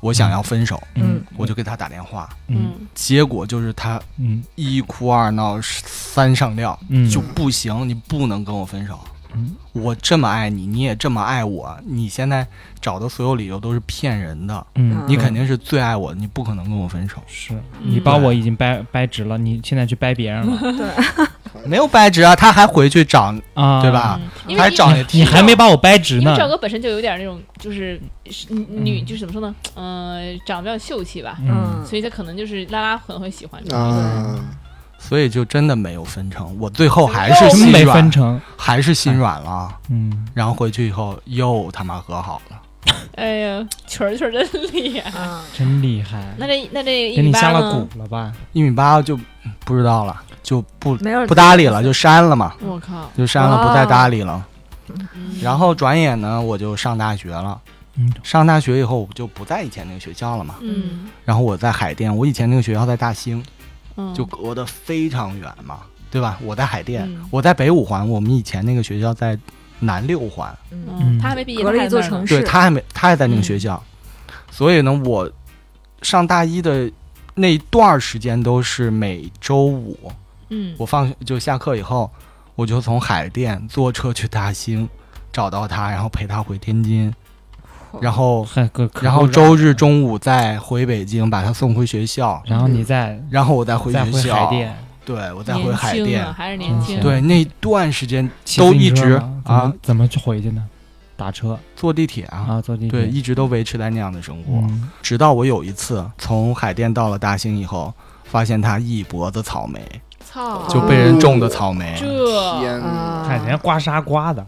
我想要分手，嗯我就给他打电话。嗯嗯，结果就是他嗯一哭二闹三上吊，嗯，就不行，你不能跟我分手嗯。我这么爱你，你也这么爱我，你现在找的所有理由都是骗人的。嗯，你肯定是最爱我的，你不可能跟我分手。是你嗯把我已经掰掰直了，你现在去掰别人 了没有掰直啊，他还回去找啊，对？吧？嗯因为还你长得挺你还没把我掰直因为呢，赵哥本身就有点那种，就是是女，嗯就是怎么说呢？嗯，长得比较秀气吧，嗯，所以他可能就是拉拉可能会喜欢这种。啊，所以就真的没有分成。我最后还为嗯是什心么没软分，成？还是心软了。嗯，然后回去以后又他妈和好了。哎呀，群儿群儿真厉害。嗯，真厉害，那这那这一给米你八下呢了？蛊了吧？一米八就不知道了，就不没有不搭理了，就删了嘛，我靠！就删了，哇不再搭理了。嗯然后转眼呢，我就上大学了。嗯上大学以后，我就不在以前那个学校了嘛。嗯然后我在海淀，我以前那个学校在大兴，嗯，就隔得非常远嘛，对吧？我在海淀，嗯我在北五环，我们以前那个学校在南六环。嗯，嗯他还没毕业，隔了一座城市。市，对他还没，他还在那个学嗯校，所以呢，我上大一的那一段儿时间都是每周五，嗯，我放学就下课以后，我就从海淀坐车去大兴找到他，然后陪他回天津，然后嗨哥，可然后不是周日中午再回北京把他送回学校，然后你再然后我再回再学回校，海淀，对我再年回海轻淀啊，，还是年轻。嗯对那一段时间骑都自行一车直吗怎啊么怎么去回去呢？打车坐地铁啊，啊，坐地铁对，一直都维持在那样的生活。嗯直到我有一次从海淀到了大兴以后，发现他一脖子草莓，操！就被人种的草莓。这天哪！啊海淀刮痧刮的，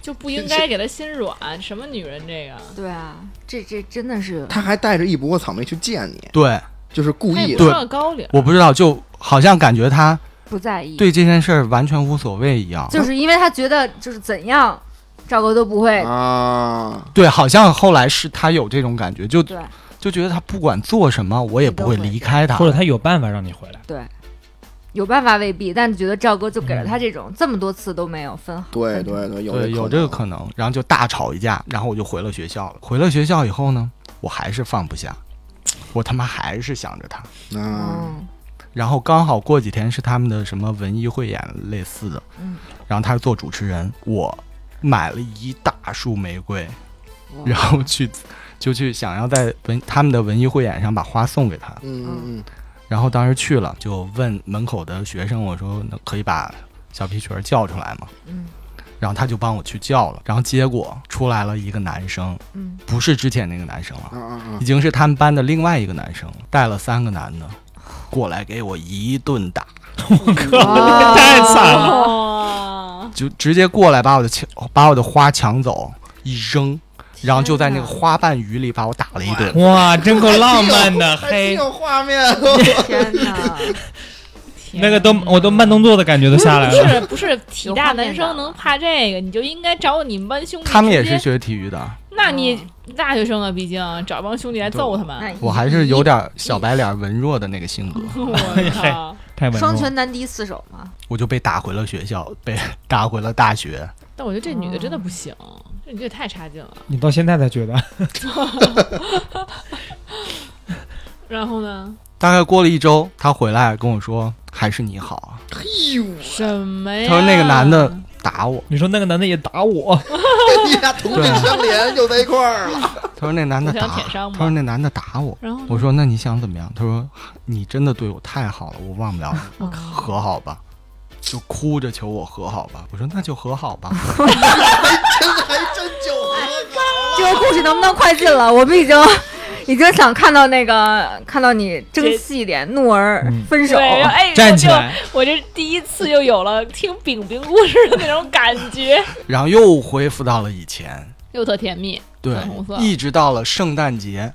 就不应该给他心软，什么女人这个？对啊，这这真的是他还带着一波草莓去见你，对，就是故他意也的不。上高领，我不知道，就好像感觉他不在意，对这件事儿完全无所谓一样。就是因为他觉得就是怎样，赵哥都不会，啊，对，好像后来是他有这种感觉，就对就觉得他不管做什么，我也不会离开他或。者他有办法让你回来。对，有办法未必，但觉得赵哥就给了嗯他这种、这么多次都没有分好，对对对，有对，有这个可能。然后就大吵一架，然后我就回了学校了。回了学校以后呢，我还是放不下，我他妈还是想着他。能啊。嗯然后刚好过几天是他们的什么文艺汇演类似的，嗯然后他是做主持人，我买了一大束玫瑰，哇然后去就去想要在文他们的文艺汇演上把花送给他，嗯嗯然后当时去了就问门口的学生，我说那可以把小皮裙儿叫出来吗？嗯然后他就帮我去叫了，然后结果出来了一个男生，嗯，不是之前那个男生了，嗯嗯已经是他们班的另外一个男生了，带了三个男的过来给我一顿打， 太惨啊了。哇，就直接过来把我的抢把我的花抢走一扔，然后就在那个花瓣雨里把我打了一顿。哇，真够 浪漫的，还挺嘿，有画面。天 哪！天那个都我都慢动作的感觉都下来不了。是不是， 体大男生能怕这个，你就应该找你们班兄弟。他们也是，学体育的，那你大学生啊，毕竟找帮兄弟来揍他那们。一我还是有点小白脸文弱的那个性格，嗯我靠！太稳双重，拳难敌四手嘛。我就被打回了学校，被打回了大学。但我觉得这女的真的不行，这女的也太差劲了。你到现在才觉得，然后呢？大概过了一周，他回来跟我说：“还是你好啊。哎呦，什么”哎呀？他说那个男的打我，你说那个男的也打我，你俩同病相怜又在一块儿了。他说那男的互打，相舔伤他吗说那男的打我。然后呢我说那你想怎么样？他说你真的对我太好了，我 忘不了你。我靠，和好吧，就哭着求我和好吧。我说那就和好吧。 真的还真就这个故事能不能快进了？我们已经已经想看到那个看到你争气一点，怒而嗯分手。对，哎，站起来，我就！我这第一次又有了听饼饼故事的那种感 觉，然后又恢复到了以前，又特甜蜜。对粉红，色一直到了圣诞节。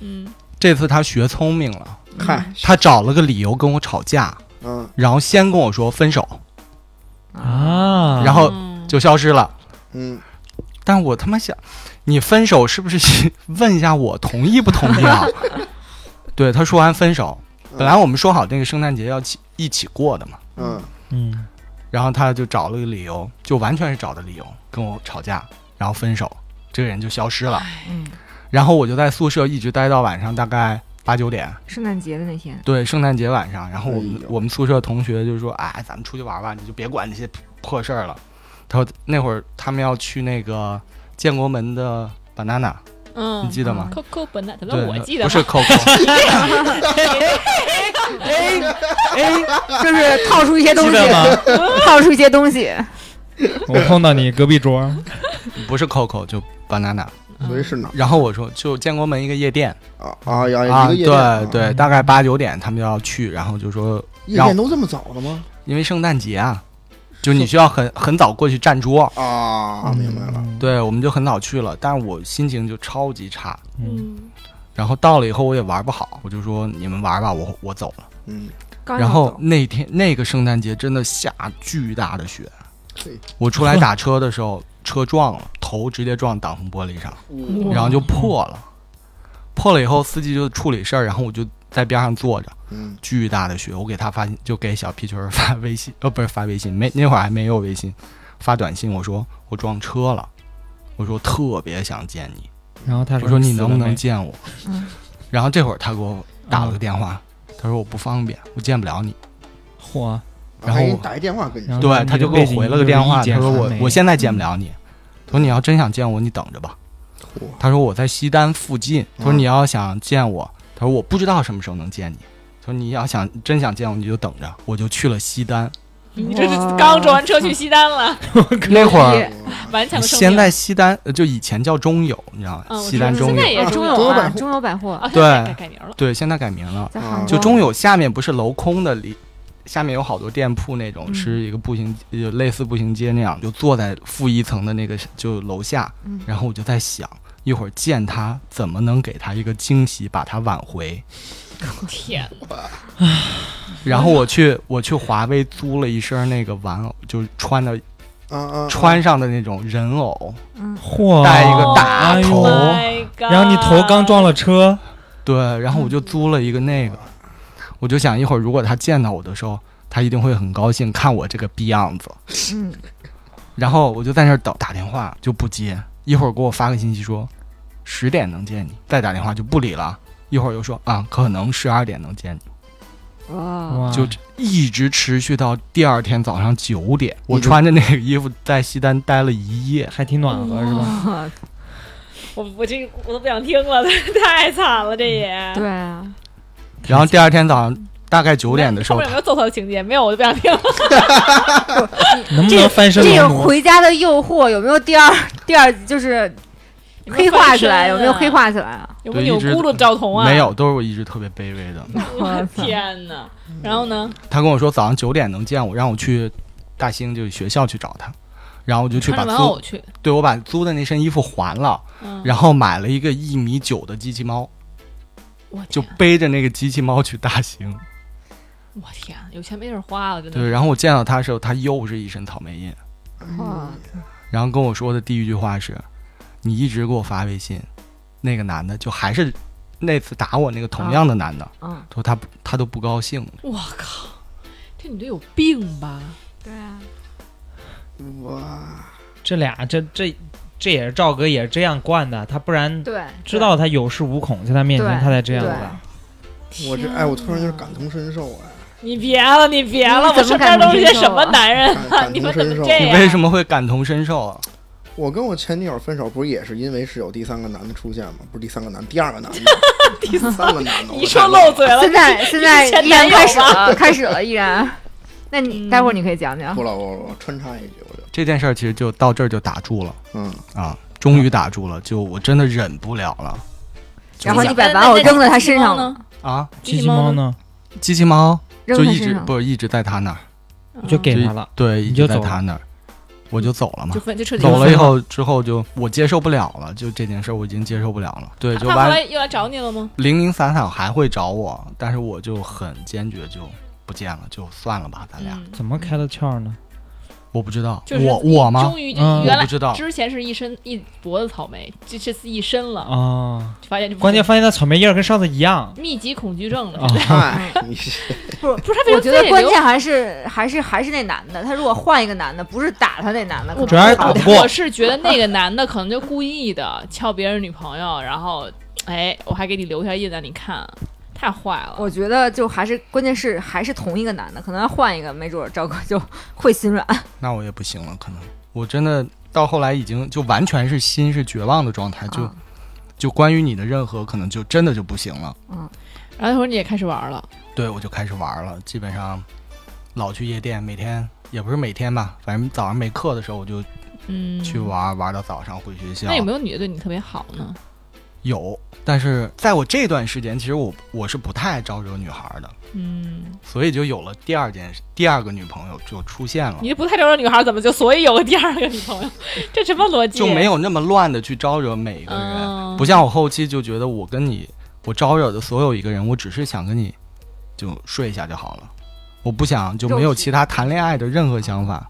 嗯，这次他学聪明了，嗨，他找了个理由跟我吵架，嗯，然后先跟我说分手，啊，然后嗯就消失了。嗯，但我他妈想，你分手是不是问一下我同意不同意啊？ 对，他说完分手，嗯本来我们说好那个圣诞节要起一起过的嘛，嗯，嗯，然后他就找了个理由，就完全是找的理由跟我吵架，然后分手，这个人就消失了。哎嗯，然后我就在宿舍一直待到晚上大概八九点，圣诞节的那天，对，圣诞节晚上。然后我哎们呦我们宿舍同学就说：“哎，咱们出去玩玩，你就别管那些破事儿了。”他说那会儿他们要去那个建国门的 banana，嗯你记得吗？ ，Coco 本来，怎么对，我记得吗不是 Coco， 哎哎，就是套出一些东记西得，吗？套出一些东西。我碰到你隔壁桌，不是 Coco，就 banana。嗯所以是哪然后我说就建国门一个夜店啊啊呀，啊，一个夜店啊对，对，大概八九点他们就要去，然后就说夜店都这么早的吗？因为圣诞节啊，就你需要很 很早过去占桌。啊，明白了，嗯，对，我们就很早去了，但我心情就超级差。嗯嗯，然后到了以后我也玩不好，我就说你们玩吧，我我走了。嗯，刚然要后走那天那个圣诞节真的下巨大的雪嘿，我出来打车的时候 车撞了，头直接撞挡风玻璃上，哇然后就破了。破了以后司机就处理事儿，然后我就在边上坐着，嗯巨大的雪，我给他发就给小皮球儿发微信，呃，不是发微信，没那会儿还没有微信，发短信我说我撞车了，我说特别想见你，然后他我说你死了能不没能见我？嗯然后这会儿他给我打了个电话，他说我不方便，我见不了你。嚯，然后还给我你打一电话跟你然说，后对，他就给我回了个电话，你他就说被你我就被我现在见不了你，他说你要真想见我，你等着吧。嚯他说我在西单附近，他说嗯你要想见我，他说我不知道什么时候能见你，他说你要想真想见我，你就等着。我就去了西单，你这是刚撞完车去西单了，那会儿逼顽强生命现在西单呃就以前叫中友，你知道吗？嗯我知西单道中现在友，也中友友友啊，百中友百货啊，现在对改哦改名了，对，现在改名了。在杭啊州，就中友下面不是镂空的里，下面有好多店铺那种，嗯是一个步行就类似步行街那样，就坐在负一层的那个就楼下嗯，然后我就在想。一会儿见他，怎么能给他一个惊喜，把他挽回？天哪，嗯然后我去，我去华为租了一身那个玩偶，就是穿的啊啊，穿上的那种人偶，嚯，戴一个大哎呦头，，Oh My God 然后你头刚撞了车，对，然后我就租了一个那个，我就想一会儿如果他见到我的时候，他一定会很高兴，看我这个逼样子。嗯，然后我就在那儿等，打电话就不接，一会儿给我发个信息说十点能见你，再打电话就不理了。一会儿又说啊，可能十二点能见你，哇，哇，就一直持续到第二天早上九点。我一直穿着那个衣服在西单待了一夜，还挺暖和是吧？哇我我这 嗯我都不想听了，太惨了，这也对啊，然后第二天早上。大概九点的时后 候面有没有揍他的情节？没有，我就不想听了。能不这能翻身这龙个魔？回家的诱惑有没有第二第二就是有没黑有翻化起身来？有没有啊黑？化起来啊？有没有对一钮直咕噜赵彤啊？没。有，都是我一直特别卑微的。 我天哪！然后呢？他跟我说早上九点能见我，让我去大兴就是学校去找他，然后我就去穿把着玩租偶去。对我把租的那身衣服还了，哦嗯。然后买了一个一米九的机器猫，我就天，背着那个机器猫去大兴。我天，有钱没地儿花了，真的。对，然后我见到他的时候，他又是一身草莓音，嗯哦然后跟我说的第一句话是：“你一直给我发微信，那个男的就还是那次打我那个同样的男的，嗯，说他不他都不高兴了。我靠，这女的有病吧？对啊，嗯哇，这俩这这这也是赵哥也是这样惯的，他不然对，知道他有恃无恐，在他面前对他才这样对的。我这哎，我突然有点感同身受哎，啊你别了，你别了，你我怎么身边敢这么都是些什么说啊男人啊？感你们怎感同么身受。这你样？为什么会感同身受啊？我跟我前女友分手，不是也是因为是有第三个男的出现吗？不是第三个男，第二个男的，第三个男的，一说漏嘴了现，在现在前依然男友开始吧了，开始了依然。 那你嗯待会儿你可以讲讲不，了，我我穿插一句，我就这件事儿其实就到这儿就打住了嗯，啊，终于打住了，就我真的忍不了了然后你把那玩偶那扔在他机器身猫上呢了，啊！机器猫呢，机器猫扔就他一身直上了，不是一直在他那儿，就就给他了。嗯对，一你直就在走了嗯他那儿，我就走了嘛嗯就。分就彻底走了分以后，之后就我接受不了了，就这件事儿我已经接受不了了。对，他就他把后来又来找你了吗？零零散散还会找我，但是我就很坚决，就不见了，就算了哎吧，咱俩。嗯，怎么开的窍呢？我不知道，就是我我吗？终于就嗯原来我不知道，之前是一身一脖子草莓，这这次一身了，啊，发现这不关键行发现那草莓叶儿跟上次一样密集恐惧症了。啊现在嗨，你不是，他为什我觉么非得得关留键还是还是还是那男的，他如果换一个男的，不是打他那男的，可能主要是打打不不过啊我是觉得那个男的可能就故意的撬别人女朋友，然后，哎，我还给你留下印子，你看，太坏了。我觉得就还是关键是还是同一个男的，可能要换一个，没准儿赵哥就会心软。那我也不行了，可能我真的到后来已经就完全是心是绝望的状态，就、啊嗯就关于你的任何可能就真的就不行了。然后那会儿你也开始玩了，对，我就开始玩了，基本上老去夜店，每天也不是每天吧，反正早上没课的时候我就嗯，去。玩，玩到早上回学校。那有没有女的对你特别好呢？有，但是在我这段时间，其实我我是不太招惹女孩的，嗯，所以就有了第二件事，第二个女朋友就出现了你，这不太招惹女孩，怎么就所以有个第二个女朋友？ 这什么逻辑？就没有那么乱的去招惹每一个人，嗯不像我后期就觉得我跟你，我招惹的所有一个人，我只是想跟你就睡一下就好了，我不想就没有其他谈恋爱的任何想法。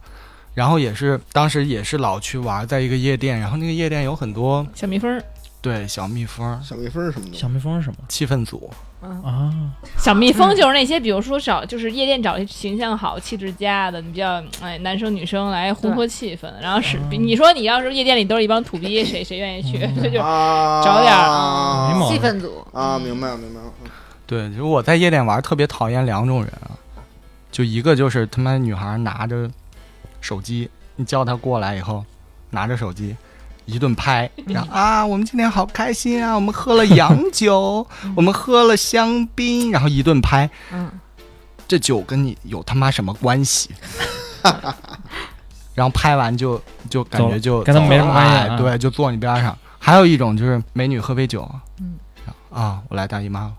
然后也是当时也是老去玩，在一个夜店，然后那个夜店有很多小蜜蜂儿，对小蜜蜂、小蜜蜂是什么东西小？蜜蜂是什么气氛组，啊？小蜜蜂就是那些，比如说找就是夜店找形象好、气质佳的，你比较哎男生女生来烘托气氛。然后是嗯你说你要是夜店里都是一帮土逼，谁谁愿意去？ 这就啊，找点儿嗯没啊毛气病。氛组，啊，明白了，明白了。对，就是我在夜店玩特别讨厌两种人啊，就一个就是他妈女孩拿着手机，你叫她过来以后，拿着手机一顿拍，然后啊，我们今天好开心啊，我们喝了洋酒，我们喝了香槟，然后一顿拍，嗯，这酒跟你有他妈什么关系？ 然后拍完就就感觉就走跟他走没什么了关系哎啊对，就坐你边上。还有一种就是美女喝杯酒，嗯然后，啊，我来大姨妈了。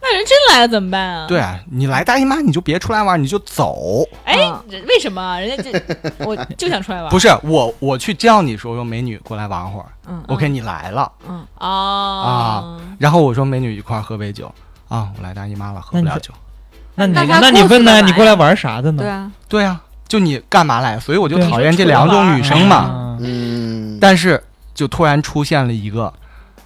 那人真来了怎么办啊？对，啊，你来大姨妈你就别出来玩，你就走。哎嗯，人为什么人家这我就想出来玩？不是是我，我去叫你说说美女过来玩会儿。嗯 OK，你来了，啊哦啊然后我说美女一块儿喝杯酒啊，我来大姨妈了，喝那不你了可酒。那你那他那你过去问干呢？嘛你过来呀玩啥的对呢？啊，对啊，就你干嘛来？所以我就对讨厌这两种女生嘛。啊，嗯，但是就突然出现了一个，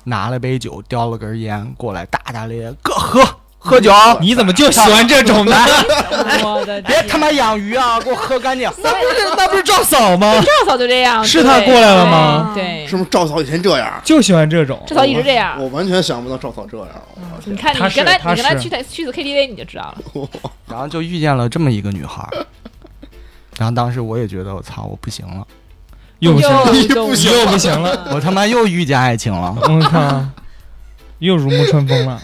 拿了杯酒，叼了根烟过来，大大咧咧，哥喝喝酒， 你怎么就喜欢这种呢？我的别天，哎他妈养鱼啊，给我喝干净。那不是 那不是赵嫂吗？赵嫂就这样，是对他过来了吗对，是不是赵嫂以前这样？就喜欢这种赵嫂一直这样我。完全想不到赵嫂这样。我你看，你他是跟他，他你跟他是去他去次 KTV 你就知道了。然后就遇见了这么一个女孩儿，然后当时我也觉得我操，我不行了，又不行了，又行 了又 不行了嗯我他妈又遇见爱情了。我靠，又如沐春风了。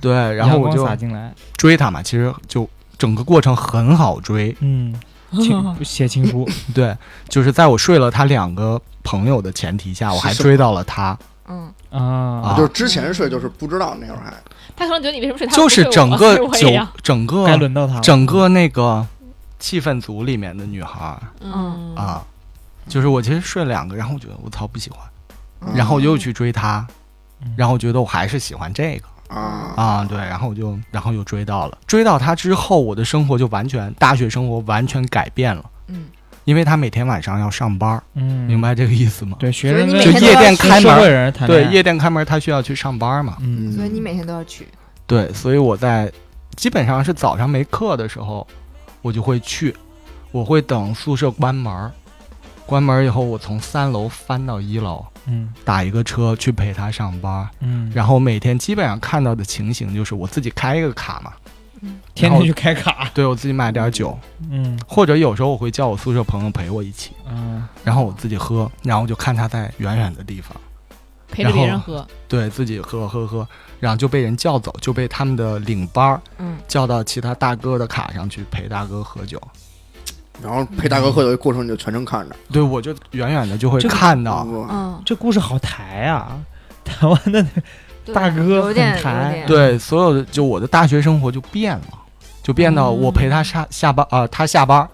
对， 然后阳我光就洒进来，追他嘛，其实就整个过程很好追，嗯， 情写情书，对，就是在我睡了他两个朋友的前提下，我还是追到了他，嗯，啊啊就是之前睡就是不知道那会儿还他可能觉得你为什么睡他，就不是睡我整个啊是我九也要整该个轮到他了。整个那个气氛组里面的女孩儿嗯啊，啊，就是我其实睡了两个，然后我觉得我操不喜欢，嗯然后我又去追他嗯，然后觉得我还是喜欢这个啊啊，对，然后我就然后又追到了，追到他之后，我的生活就完全大学生活完全改变了，嗯，因为他每天晚上要上班儿，嗯，明。白这个意思吗？对，学生就跟是你每天就夜店跟开门社会人谈对恋，爱夜店开门他需要去上班嘛，嗯所以你每天都要去，对，所以我在基本上是早上没课的时候，我就会去，我会等宿舍关门儿，关门儿以后我从三楼翻到一楼，嗯打一个车去陪他上班，嗯，然后每天基本上看到的情形就是我自己开一个卡嘛，然天天后去开卡，对我自己买点儿酒，嗯或者有时候我会叫我宿舍朋友陪我一起，嗯，然后我自己喝，然后就看他在远远的地方。陪着别人喝，对自己喝喝喝，然后就被人叫走，就被他们的领班儿嗯叫到其他大哥的卡上去陪大哥喝酒。然后陪大哥喝酒的过程你就全程看嗯着，对，我就远远的就会这个看到，哇嗯，这故事好抬啊，台湾的对大哥有点很抬有点，对所有的就我的大学生活就变了，就变到我陪他下下班啊、呃他下班，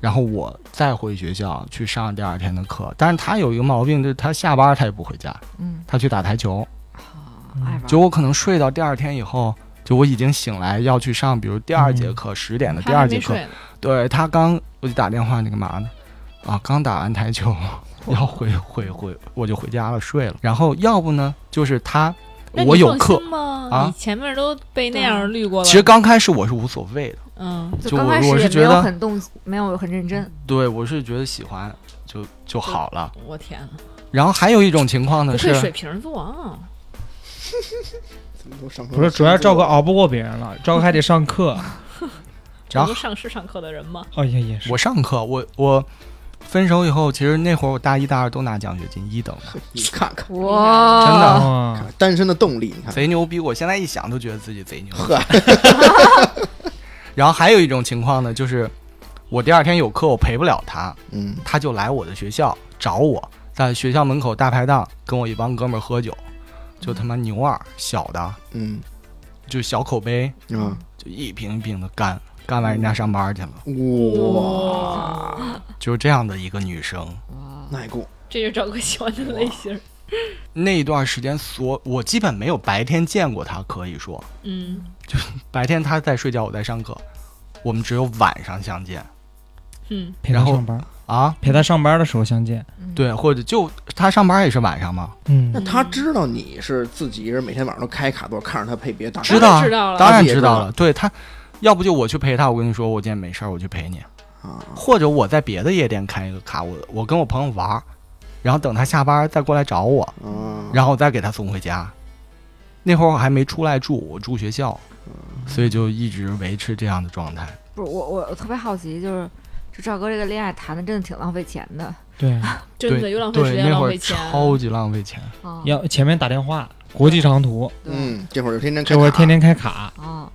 然后我再回学校去上第二天的课。但是他有一个毛病，就是他下班他也不回家，嗯，哎他去打台球。好爱玩，就我可能睡到第二天以后，就我已经醒来要去上，比如第二节嗯课十、0点的第他还二没节课睡，呢，对他刚我就打电话，你干嘛呢？啊，刚打完台球， 要回回回，我就回家了，睡了。然后要不呢，就是他那我你有放课心，吗？啊你前面都被那样滤过了。其实刚开始我是无所谓的，嗯，就就刚我开始我是也觉没有得很动，没有很认真，对我是觉得喜欢就就好了。我天啊，然后还有一种情况不呢愧水是，瓶座啊！怎么都上不是主要赵哥熬不过别人了，赵哥还得上课。这然不后是上市上课的人吗？哦也也是，我上课，我我分手以后，其实那会儿我大一大二都拿奖学金，一等的，你看看哇，真的啊哦，单身的动力，你看贼牛逼。我现在一想都觉得自己贼牛逼。啊呵， 然后还有一种情况呢，就是我第二天有课，我陪不了他，嗯，他就来我的学校找我，在学校门口大排档跟我一帮哥们儿喝酒，就他妈牛二小的，嗯就小口杯，嗯啊，就一瓶一瓶的干，干完人家上班去了，嗯哇，就是这样的一个女生。耐过，这就是赵哥喜欢的类型。那一段时间所，我基本没有白天见过她，可以说嗯，白天她在睡觉，我在上课，我们只有晚上相见嗯，陪他然后上班，啊。陪他上班的时候相见。嗯对，或者就她上班也是晚上嘛，嗯那他知道你是自己一个人每天晚上都开卡座，看着他配别的大知哥当然道啊知道了。当然自己也知知道道了。对她，要不就我去陪她，我跟你说，我今天没事儿，我去陪你。啊，或者我在别的夜店开一个卡，我我跟我朋友玩儿，然后等他下班再过来找我，啊，然后我再给他送回家。那会儿我还没出来住，我住学校，啊所以就一直维持这样的状态。不是我我我特别好奇，就是就赵哥这个恋爱谈的真的挺浪费钱的 对，真的对又浪费时对间，那浪会费儿钱。超级浪费钱。啊要前面打电话，国际长途，对嗯，这会儿就天天开这卡，会儿天天开卡。啊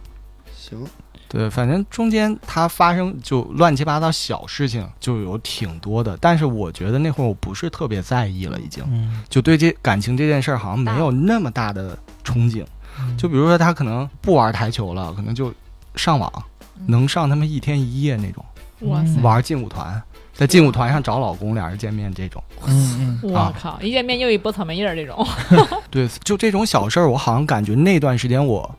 行，对，反正中间他发生就乱七八糟小事情就有挺多的，但是我觉得那会儿我不是特别在意了，已经嗯，就对这感情这件事儿好像没有那么大的憧憬。嗯就比如说他可能不玩台球了，可能就上网，能上他们一天一夜那种，哇塞！玩劲舞团，在劲舞团上找老公，俩人见面这种。嗯嗯，我啊嗯靠！一见面又一波草莓叶儿这种，对，就这种小事儿，我好像感觉那段时间我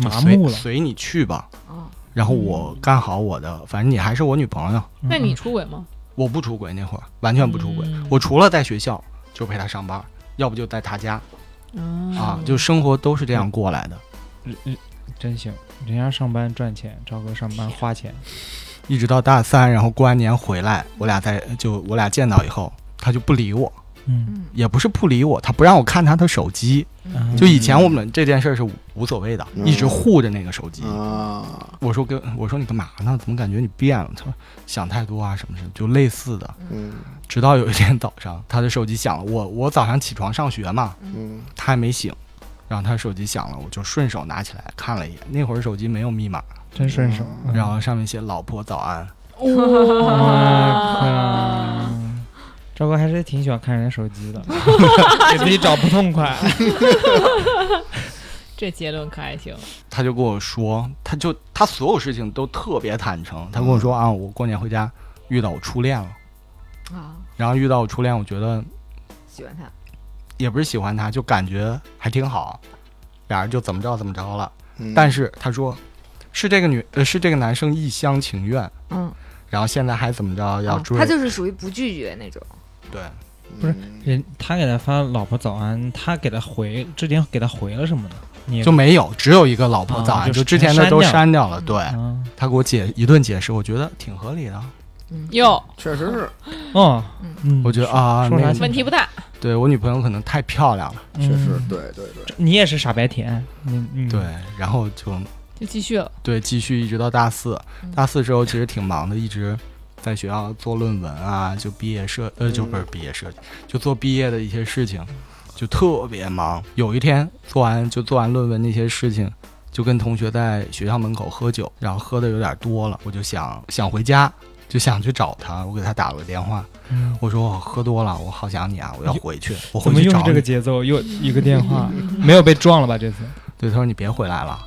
麻随木了。随你去吧，啊然后我干好我的，反正你还是我女朋友，嗯那你出轨吗？我不出轨那会儿，完全不出轨嗯。我除了在学校就陪她上班，要不就在她家嗯啊，就生活都是这样过来的，嗯嗯真行，人家上班赚钱，赵哥上班花钱。一直到大三，然后过完年回来，我俩在就我俩见到以后，她就不理我。嗯，嗯也不是不理我，他不让我看他的手机。嗯就以前我们这件事儿是无无所谓的，嗯一直护着那个手嗯机。啊，我说跟我说你干嘛呢？怎么感觉你变了？他说想太多啊，什么什么，就类似的。嗯直到有一天早上，他的手机响了，我我早上起床上学嘛，嗯他还没醒，然后他手机响了，我就顺手拿起来看了一眼。那会儿手机没有密码，真顺手。然后上面写“老婆早安哇哇， 赵哥还是挺喜欢看人家手机的， 给自己找不痛 快。这结论可还行。”，他就跟我说，他就他所有事情都特别坦诚。嗯他跟我说啊，我过年回家遇到我初恋了，啊，然后遇到我初恋，我觉得喜欢他，也不是喜欢他，就感觉还挺好，俩人就怎么着怎么着了。嗯但是他说，是这个女呃是这个男生一厢情愿，嗯，然后现在还怎么着要啊追，他就是属于不拒绝那种，对，不是嗯人他给他发老婆早安，他给他回之前给他回了什么呢？你也就没有，只有一个老婆啊早安，就是之前的都删掉了。删对啊他给我解一顿解释，我觉得挺合理的，嗯，哟，确实是，哦嗯，嗯，我觉得啊，说那啥个情问题不大。对我女朋友可能太漂亮了，确实嗯，对对对。你也是傻白甜，你嗯你对，然后就就继续了，对继续一直到大四嗯，大四之后其实挺忙的，一直。在学校做论文啊，就毕业设呃，就不嗯是毕业设计，就做毕业的一些事情，就特别忙。有一天做完就做完论文那些事情，就跟同学在学校门口喝酒，然后喝的有点多了，我就想想回家，就想去找他，我给他打了个电话，嗯我说我喝多了，我好想你啊，我要回去，我回怎么去又是找这个你。节奏？又一个电 话，没有被撞了吧？这次对，他说你别回来了，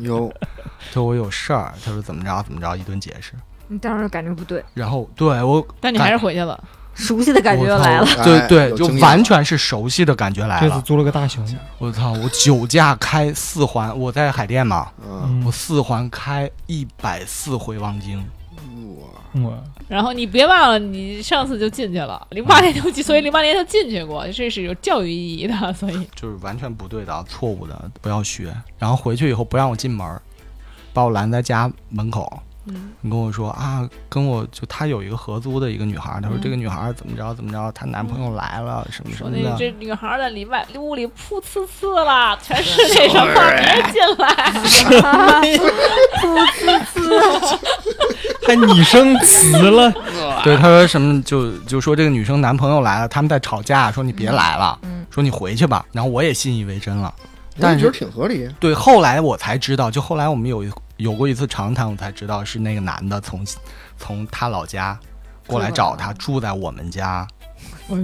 有他说我有事儿，他说怎么着怎么着，一顿解释。你当时感觉不对，然后对我但你还是回去了。熟悉的感觉又我操来了，哎对对，有就经验完了全是熟悉的感觉来这次了。租了个大熊，我操，我酒驾开四环，我在海淀嘛，嗯，嗯我四环开一百四回望京，哇嗯我然后你别忘了，你上次就进去了，零八年就进，所以零八年就进去过，这是有教育意义的。所以就是完全不对的、错误的，不要学。然后回去以后不让我进门儿，把我拦在家门口。嗯你跟我说啊，跟我就她有一个合租的一个女孩儿，她说嗯这个女孩儿怎么着怎么着，她男朋友来了什么什说么那的，这女孩在里外屋里噗呲呲了，全是那什么，别进来。哎 还拟声词了， 对她说什么就就说这个女生男朋友来了，他们在吵架，说你别来了，嗯说你回去吧。然后我也信以为真了，我但觉得哎是挺合理。对后来我才知道，就后来我们有一有过一次长谈，我才知道是那个男的从从他老家过来找她，住在哎我们家，哎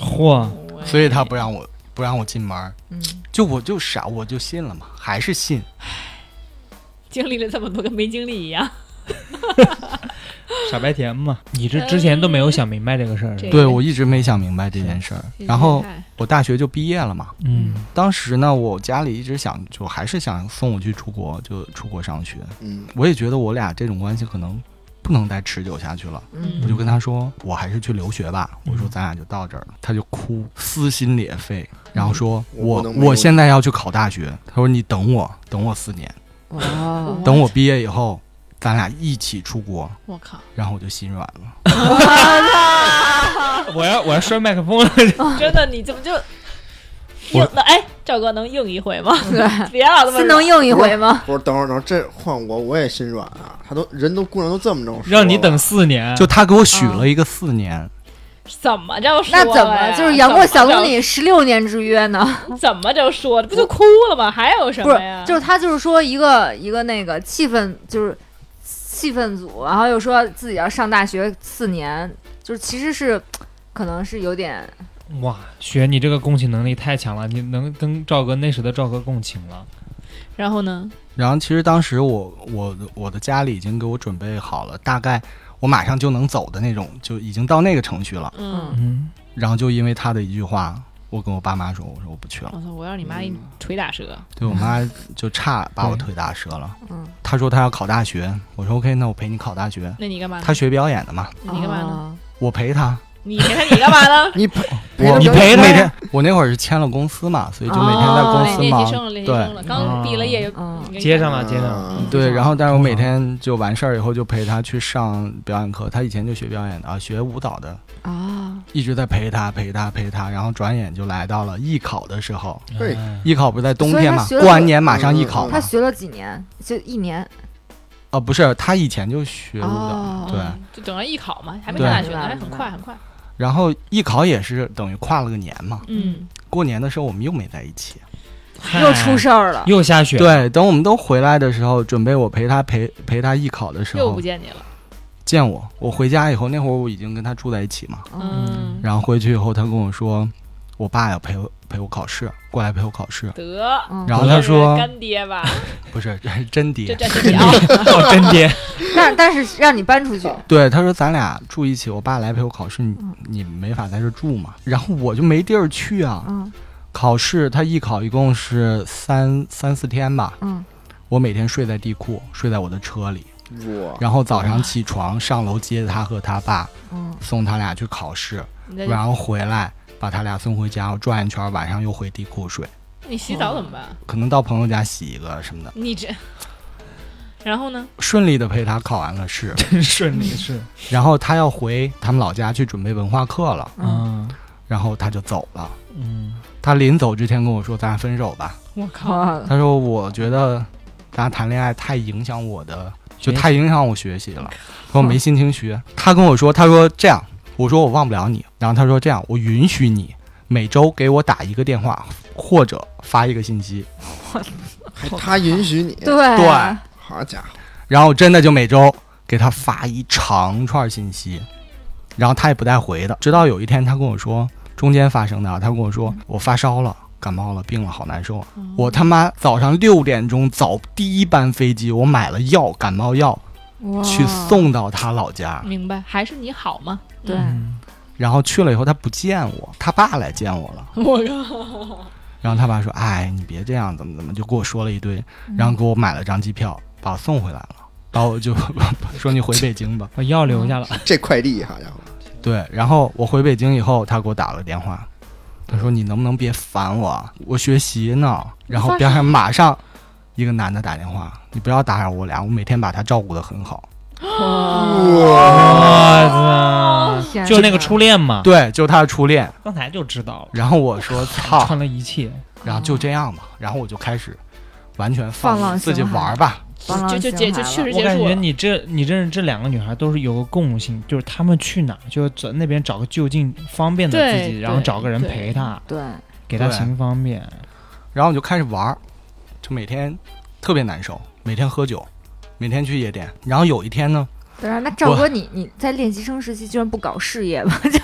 嚯！所以他不让我不让我进门儿，嗯，就我就傻，我就信了嘛，还是信。经历了这么多，跟没经历一样。傻白甜嘛，你这之前都没有想明白这个事儿，这对我一直没想明白这件事儿，然后我大学就毕业了嘛。嗯，当时呢，我家里一直想，就还是想送我去出国，就出国上学。嗯，我也觉得我俩这种关系可能不能再持久下去了，嗯我就跟他说，我还是去留学吧。我说咱俩就到这儿了，他就哭，撕心裂肺，然后说我我不能没有我现在要去考大学。他说你等我，等我四年，哇，等我毕业以后，咱俩一起出国。我靠，然后嗯我就心软了。我要我要摔麦 克风了，真的你怎么就硬我了？哎，赵哥能硬一回吗？对， 别老这么是能硬一回吗？不是，等会儿等会儿，这换我我也心软啊！他都人都姑娘都这么着，让你等四年，就他给我许了一个四年，怎么着说那了呀？怎么就是杨过想 跟你十六年之约呢？怎么就说的？不就哭了吗？还有什不是么呀？，就是他就是说一个一个那个气氛就是气氛组，然后又说自己要上大学四年，就是其实是可能是有点啊哇，雪，你这个共情能力太强了，你能跟赵哥那时的赵哥共情了，然后呢？然后其实当时我我我的家里已经给我准备好了，大概我马上就能走的那种，就已经到那个程序了。嗯，嗯，然后就因为他的一句话，我跟我爸妈说，我说我不去了，我操！我让你妈一腿打折。对我妈就差把我腿打折了。嗯，她说她要考大学，我说 OK，那我陪你考大学。那你干嘛呢？她学表演的嘛，你干嘛呢？啊我陪她。你陪她，你干嘛呢？你陪陪我他你表陪演他每天，我那会儿是签了公司嘛，所以就每天在公哦司练习忙。生了，练习生了，刚毕了业就嗯接上了，接上了，啊对，然后但是我每通常天就完事儿以后就陪他去上表演课，他以前就学表演的啊，学舞蹈的，啊，一直在陪他陪他陪他，然后转眼就来到了艺考的时候，对哎艺考不是在冬所以天他嘛，学了过完年马上艺考嗯嘛他，学了几年？就一年啊不是，他以前就学舞哦蹈，对，就等着艺考嘛，还没对上大学呢，明白还很快很快。然后艺考也是等于跨了个年嘛，嗯，过年的时候我们又没在一起，又出事儿了。又下雪，，对，等我们都回来的时候，准备我陪他陪陪他艺考的时又不候，见你了。见我。我回家以后，那会儿我已经跟他住在一起嘛。嗯，然后回去以后，他跟我说，我爸要陪我陪我考试，过来陪我考试。得，嗯，然后他说 这是干爹吧，不是， 这是真这爹。这是你啊， 哦，真爹，但但是让你搬出去，对，他说咱俩住一起，我爸来陪我考试，你嗯你没法在这住嘛。然后我就没地儿去啊。嗯考试他艺考一共是三三四天吧，嗯，我每天睡在地库，睡在我的车里，哇，然后早上起床上楼接他和他爸，嗯，哎送他俩去考试，你在然后回来把他俩送回家，我转一圈，晚上又回地库睡，你洗澡怎么办？啊可能到朋友家洗一个什么的，你这，然后呢？顺利的陪他考完了 试，真顺利是，然后他要回他们老家去准备文化课了，嗯然后他就走了。嗯，他临走之前跟我说：“咱俩分手吧。我靠，好”，他说：“我觉得咱俩谈恋爱太影响我的，就哎太影响我学习了。”他说：“没心情学。”他跟我说：“他说这样，我说我忘不了你。”然后他说：“这样，我允许你每周给我打一个电话或者发一个信息。还他允许你，对对好家伙，”然后真的就每周给他发一长串信息，然后他也不带回的。直到有一天，他跟我说中间发生的啊，他跟我说：“我发烧了，感冒了，病了，好难受啊。”我他妈早上六点钟早第一班飞机，我买了药，感冒药哇去，送到他老家，明白，还是你好吗？对，然后去了以后他不见我，他爸来见我了， 我靠，然后他爸说：“哎，你别这样，怎么怎么，就给我说了一堆，然后给我买了张机票，把我送回来了，把我就 说你回北京吧。把药留下了，这快递好家伙，”对，然后我回北京以后，他给我打了个电话，他说：“你能不能别烦我，啊我学习呢？”然后边上马上一个男的打电话：“你不要打扰我俩，我每天把他照顾得很好。” 哦我操，天就那哪个初恋嘛，对，就是他的初恋。刚才就知道了，然后我说操穿，了一切，然后就这样吧。然后我就开始完全放浪放自己形骸玩儿吧。帮忙就就行结孩就了确实我结感束觉了。你这你认识这两个女孩都是有个共性，就是她们去哪儿就在那边找个就近方便的自己，对然后找个人对陪她，对，给她对行方便。然后我就开始玩儿，就每天特别难受，每天喝酒，每天去夜店。然后有一天呢，对啊，那赵我哥你你在练习生时期居然不搞事业吗？ 就，作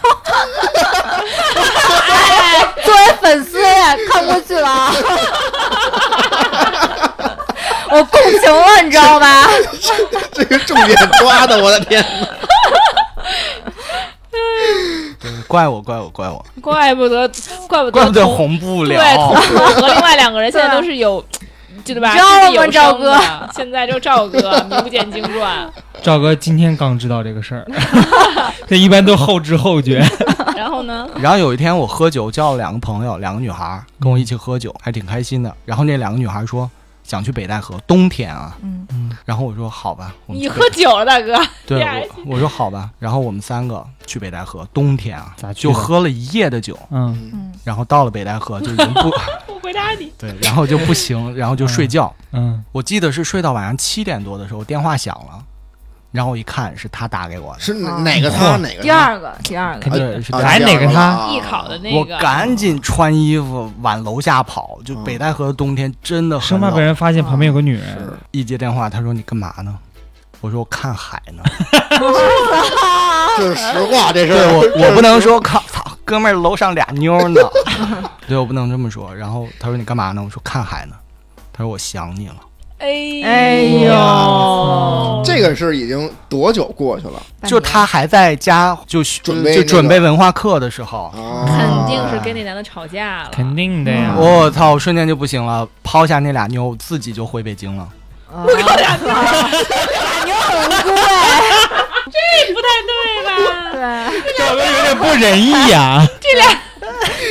为粉丝看过去了啊，我共情了，你知道吧？这个重点抓的，我的天，对怪我怪我怪我， 怪不 得，怪不怪不得同红不对 了。哦同桌和另外两个人现在都是有，对吧？知道了吗掷地有赵声的，现在就赵哥名不见经 传。赵哥今天刚知道这个事儿， 这一般都后知后觉。然后呢？ 然后有一天我喝酒，叫了两个朋友，两个女孩儿跟我一起喝酒，还挺开心的。然后那两个女孩儿说想去北戴河，冬天啊。 嗯然后我说好吧，我们你去喝酒了，大哥。 对，呀我我说好吧，然后我们三个去北戴河，冬天啊，咋去就的喝了一夜的酒， 嗯，嗯，然后到了北戴河就已 经不。我回答你对，然后就不行，然后就睡觉。嗯，我记得是睡到晚上七点多的时候，电话响了，然后我一看是他打给我的，是哪哪个他哪个他第二个，第二肯个，定对是啊这啊还第哪二个了他啊艺考的那我个，赶紧穿衣服往楼下跑，就嗯北戴河的冬天真的生哎很怕被冷。人发现旁边有个女人。是一接电话，他说你干嘛呢？我说我看海呢。这是实话， 这事对儿我我不能说靠操，哥们儿楼上俩妞儿呢， 对我不能这么说。然后他说你干嘛呢？我说看海呢。他说我想你了。哎哎哇呦，这个是已经多久过去了半就年他还在家就准备那就个准备文化课的时候，啊？肯定是跟那男的吵架了。肯定的呀，嗯 我、操，瞬间就不行了，抛下那俩妞，自己就回北京了。啊，我靠，俩牛很无辜哎，这 不太对吧？对，赵哥有点不仁义呀。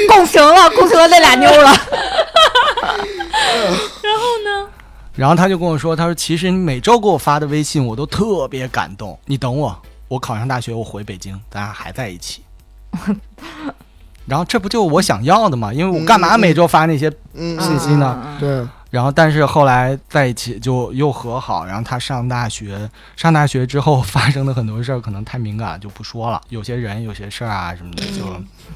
共情了，共情了那俩妞了，然后呢？然后他就跟我说，他说其实你每周给我发的微信，我都特别感动。你等我，我考上大学，我回北京，咱俩还在一起。然后这不就我想要的吗？因为我干嘛每周发那些嗯，信息呢？嗯？嗯嗯对，然后，但是后来在一起就又和好。然后他上大学，上大学之后发生的很多事儿可能太敏感了，就不说了。有些人、有些事儿啊什么的，就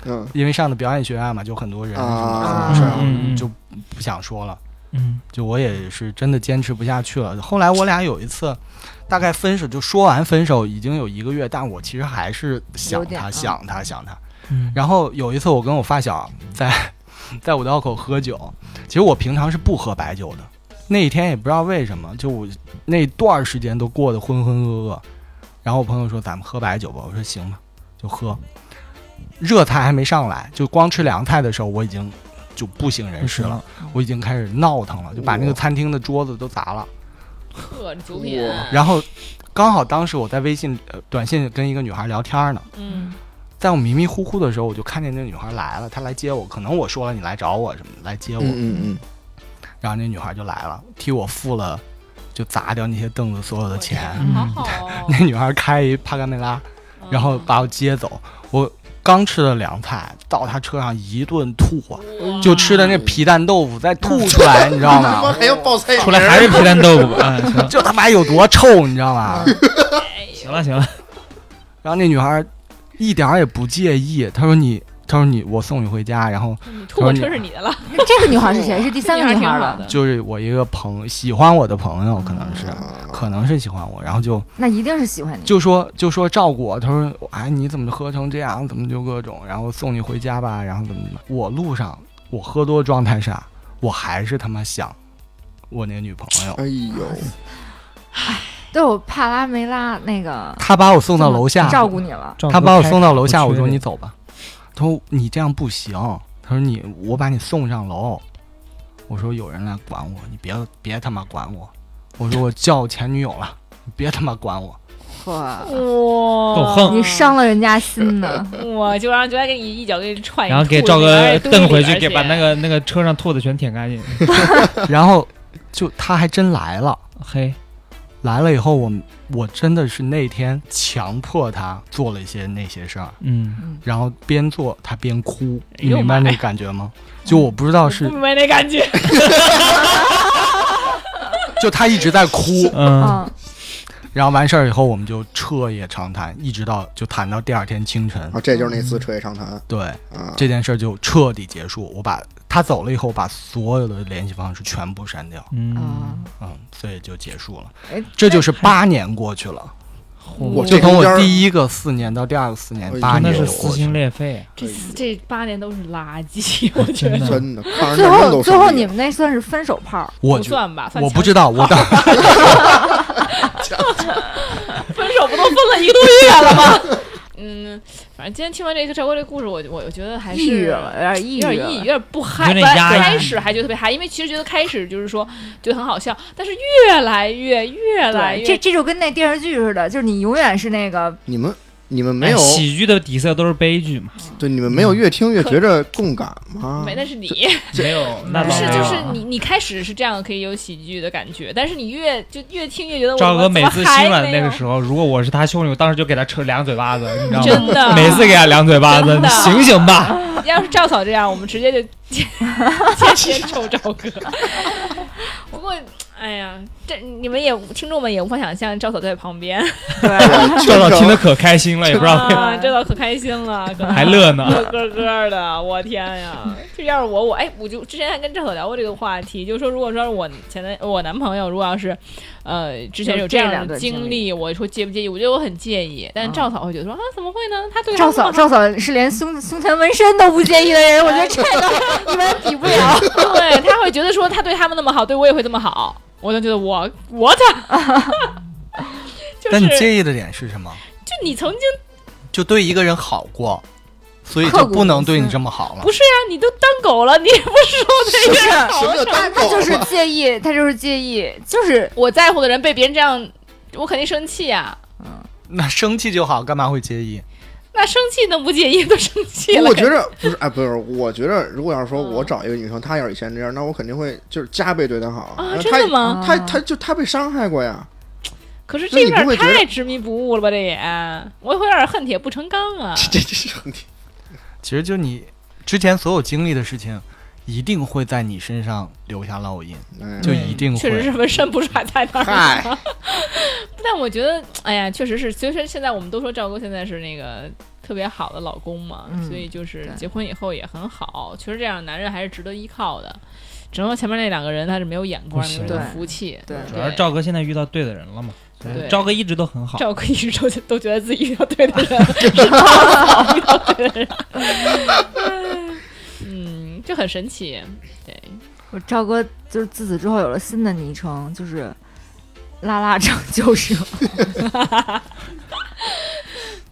嗯因为上的表演学院嘛，就很多人什么的啊很多事儿，嗯嗯就不想说了，嗯就我也是真的坚持不下去了。后来我俩有一次，大概分手就说完分手已经有一个月，但我其实还是想有点他，嗯想他，想他。嗯，然后有一次我跟我发小 在在五道口喝酒，其实我平常是不喝白酒的，那一天也不知道为什么，就我那段儿时间都过得浑浑噩噩。然后我朋友说咱们喝白酒吧，我说行吧，就喝。热菜还没上来，就光吃凉菜的时候，我已经就不省人事了，我已经开始闹腾了，就把那个餐厅的桌子都砸了。呵，酒品，然后刚好当时我在微信、呃、短信跟一个女孩聊天呢，嗯在我迷迷糊糊的时候，我就看见那女孩来了，她来接我，可能我说了你来找我什么的，来接我，嗯嗯嗯，然后那女孩就来了，替我付了，就砸掉那些凳子所有的钱。 嗯好好哦。那女孩开一帕甘梅拉，嗯然后把我接走，我刚吃了凉菜，到她车上一顿吐啊，哇就吃的那皮蛋豆腐再吐出来，你知道他妈 吗？还要报菜名儿出 来还是皮蛋豆腐啊，行了就他妈有多臭，你知道吗？行了行了，然后那女孩一点儿也不介意，她说你，她说你，我送你回家，然后你吐我嗯车是你的了，这个女孩是谁？是第三个这女挺孩好吧？的。就是我一个朋喜欢我的朋友，可能是，嗯可能是喜欢我，然后就那一定是喜欢你。就说就说照顾我，他说哎你怎么喝成这样，怎么就各种，然后送你回家吧，然后怎么怎么，我路上我喝多状态下，我还是他妈想我那个女朋友，哎呦，对我帕拉梅拉那个她把我送到楼下，照顾你了，她把我送到楼下，我说你走吧，她说你这样不行，她说你我把你送上楼，我说有人来管我，你别别他妈管我，我说我叫前女友了，你别他妈管我。嚯，哇，够横你伤了人家心呢。我就让就该给你一脚给你踹，然后给哎吐赵里边哥儿 蹬回去，而且给把那个那个车上兔子全舔 干净。然后就他还真来了，嘿，来了以后我我真的是那天强迫他做了一些那些事儿，嗯，然后边做他边哭，哎呦你明白妈那呀个感觉吗？就我不知道 是不，没那感觉，就他一直在哭，嗯，嗯，然后完事儿以后我们就彻夜长谈，一直到就谈到第二天清晨啊，，这就是那次彻夜长谈对啊，这件事儿就彻底结束。我把他走了以后，我把所有的联系方式全部删掉，嗯，啊，嗯，所以就结束了哎。这就是八年过去了，我就 这从中间我儿第一个四年到第二个四年哎，八真年的就是过撕去了心裂肺啊！这这八年都是垃 圾，我觉得真的真的看着最那扔后都最后生你气们那算是分手炮，我不觉算吧，算我强不知道，我当分手不都分了一个多月了吗？ 嗯，反正今天听完这个赵哥这故事，我我我觉得还是抑郁了，有点抑有郁点抑郁，有了。点不嗨。有本点来压抑开始还觉得特别嗨，因为其实觉得开始就是说觉得很好笑，但是越来越越来对，越这这就跟那电视剧似的，就是你永远是那个你们你们没有哎喜剧的底色都是悲 剧嘛？对你们没有越听越可觉着共感吗？没，那是你，没有，那不不倒是没哎有就啊。是你你开始是这样可以有喜剧的感觉，但是你越就越听越觉得我赵哥我怎每么次还心软没那个有时候，如果我是他兄弟，我当时就给他抽两嘴巴子，你知道吗？真的 每次给他两嘴巴子，真的你醒醒 吧！要是赵嫂这样，我们直 接就天天抽赵哥。 不过，哎呀，这你们也听众们也无法想象赵嫂在旁边， 赵导听得可开心了，也不知道啊，赵嫂可开心了，可还乐乐 呢。咯咯的，我天呀！这要是我，我哎，我就之前还跟赵嫂聊过这个话题，就是说，如果说是我前男我男朋友，如果要是，呃，之前有有这这样两的段经经历历，我说介不介意？我觉得我很介意，但赵嫂会觉得说啊，怎么会呢？他对赵我那么嫂，好赵嫂是连胸胸前纹身都不介意的人，我觉得这个你们比不了。对，他会觉得说他对他们那么好，对我也会这么好，我就觉得我我的，就但你是介意的点是什么？就你曾经就对一个人好过，所以刻就骨不能铭对你心这么好了不。是啊，你都当狗了，你也不说对一个人什好么叫什么。单他口啊啊就是介意，他就是介意，就是我在乎的人被别人这样，我肯定生气啊。那生气就好，干嘛会介意？那生气能不介意都生气了。我觉着不是，哎，不是，我觉着如果要是说嗯我找一个女生，她要是以前这样，那我肯定会就是加倍对她好啊那真她的吗她她就她被伤害过呀，可是那这有你不点会觉得太执迷不悟了吧？这也，我会有点恨铁不成钢啊。这这是问题。其实就你之前所有经历的事情，一定会在你身上留下烙印，哎就一定确实是会。纹身不是还在那儿嗨吗？ 但我觉得，哎呀，确实是，所以说现在我们都说赵哥现在是那个特别好的老公嘛，嗯所以就是对结婚以后也很好。确实这样的男人还是值得依靠的。只能说前面那两个人他是没有眼光，不没行有对福气。对主要是赵哥现在遇到对的人了嘛。对赵哥一直都很好，赵哥一直都觉都觉得自己遇到对 的人了，是吧遇到对的人了。嗯，就很神奇，对，我赵哥就是自此之后有了新的昵称，就是拉拉拯救者。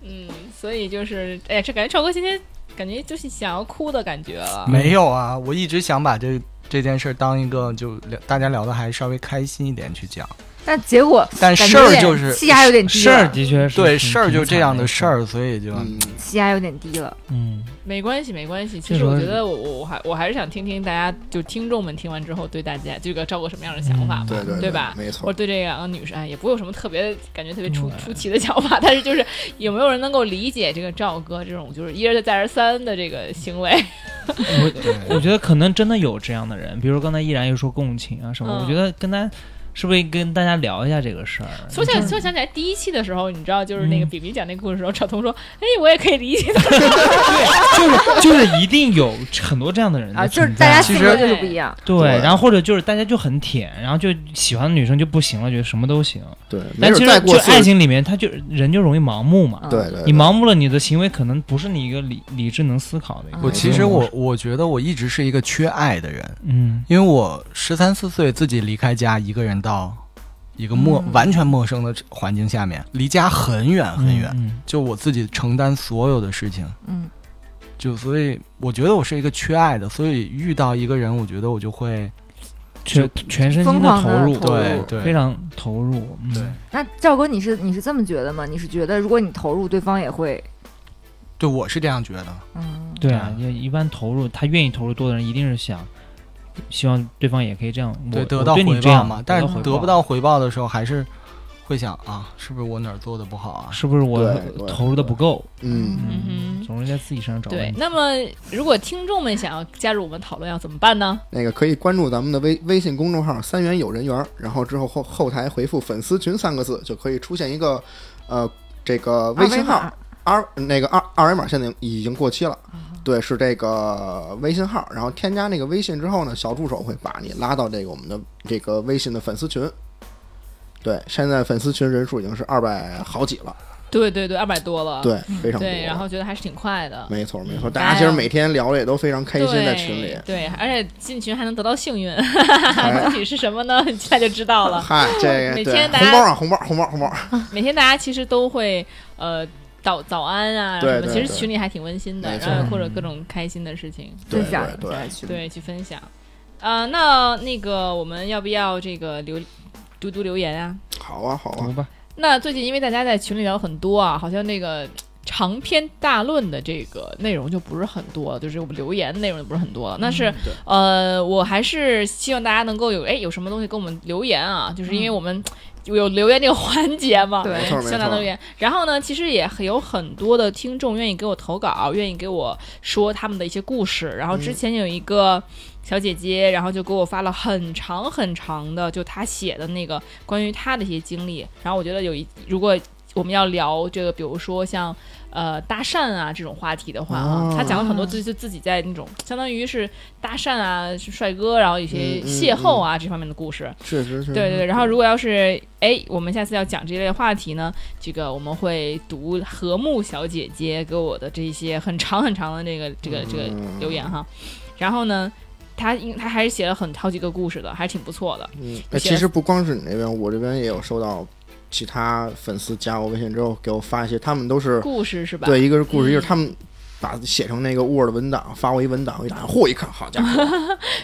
嗯，所以就是，哎呀，这感觉赵哥今天感觉就是想要哭的感觉了。没有啊，我一直想把这这件事儿当一个就聊大家聊的还稍微开心一点去讲， 但结果但感事觉有儿点就是气压有点低事儿了，的确是对挺事儿就这样的事，挺儿，所以就嗯，气压有点低了。嗯，没关系，没关系。其这实时候我觉得我，我我还我还是想听听大家，就听众们听完之后对大家这个赵哥什么样的想法吧，对对对吧？没或错者。对这两个女生，哎，也不会有什么特别感觉特别出对出奇的想法，但是就是有没有人能够理解这个赵哥这种就是一而再再而三的这个行为？嗯我觉得可能真的有这样的人，比如刚才依然又说共情啊什么，嗯我觉得跟他是不是跟大家聊一下这个事儿？说嗯想说想起来第一期的时候，你知道就是那个比比讲那故事的时候，赵彤说：“哎，我也可以理解的。就是就是一定有很多这样的人啊，的就是存大在家其性实格就是不一样，对，对然后或者就是大家就很舔，然后就喜欢的女生就不行了，觉得什么都行。对，没但其准实再就过爱四十，情里面，他就人就容易盲目嘛。嗯对对，你对盲目了，你的行为可能不是你一个理理智能思考的一个。我其实模我式，我觉得我一直是一个缺爱的人，嗯，因为我十三四岁自己离开家，一个人到一个陌、完全陌生的环境下面，离家很远很远，嗯就我自己承担所有的事情，嗯，就所以我觉得我是一个缺爱的，所以遇到一个人，我觉得我就会全全身疯心的狂投的入，投入对对非常投入，嗯对那赵哥，你是你是这么觉得吗？你是觉得如果你投入，对方也会，对我是这样觉得，嗯，对啊，对也一般投入，他愿意投入多的人，一定是想希望对方也可以这样，我对得我到对你回这报样嘛，得但到是回得不报，到回报的时候，还是会想啊，是不是我哪儿做的不好啊？是不是我对对投入的不够？嗯，嗯哼总是在自己身上”找对问。题。那么，如果听众们想要加入我们讨论，要怎么办呢？那个可以关注咱们的微微信公众号“三元有人缘”，然后之后后后台回复“粉丝群”三个字，就可以出现一个呃这个微信号码二那个二二维码，现在已经过期了。对，是这个微信号，然后添加那个微信之后呢，小助手会把你拉到这个我们的这个微信的粉丝群。对，现在粉丝群人数已经是二百好几了，对对对，二百多了，对，非常多了。嗯对，然后觉得还是挺快的，没错没错，大大家家其实每天聊的也都非常开心，在群里。对，对，而且进群还能得到幸运，哎 具体是什么呢？你现在就知道了。嗯嗨，这个每对天大家红包啊，红包，红包，红包，每天大家其实都会呃早早安啊对什么，对其实对群里还挺温馨的，没错然后或者各种开心的事情，对分享对对在群里对，去分享。啊，那那个我们要不要这个留读读留言啊？好啊，好啊读，吧，那最近因为大家在群里聊很多啊，好像那个长篇大论的这个内容就不是很多，就是我们留言内容就不是很多了。但是、对呃，我还是希望大家能够有哎有什么东西跟我们留言啊，就是因为我们有留言这个环节嘛，对没错没希望大家留错，言。然后呢，其实也很有很多的听众愿意给我投稿，愿意给我说他们的一些故事。嗯然后之前有一个小姐姐，然后就给我发了很长很长的，就她写的那个关于她的一些经历。然后我觉得有一，如果我们要聊这个，比如说像。呃，搭讪啊这种话题的话啊，哦她讲了很多自己自己在那种相当于是搭讪啊，是帅哥，然后一些嗯嗯邂逅啊、这方面的故事。确实是，对对对，然后如果要是哎，我们下次要讲这类话题呢，这个我们会读和睦小姐姐给我的这些很长很长的这个这个这个嗯留言哈，然后呢，她应她还是写了很好几个故事的，还挺不错的。嗯，哎其实不光是你那边，我这边也有收到其他粉丝加我微信之后给我发一些，他们都是故事是吧？对，一个是故事，嗯一个是他们把写成那个 Word 文档发我一文档，我一打开，嚯，一看，好家伙，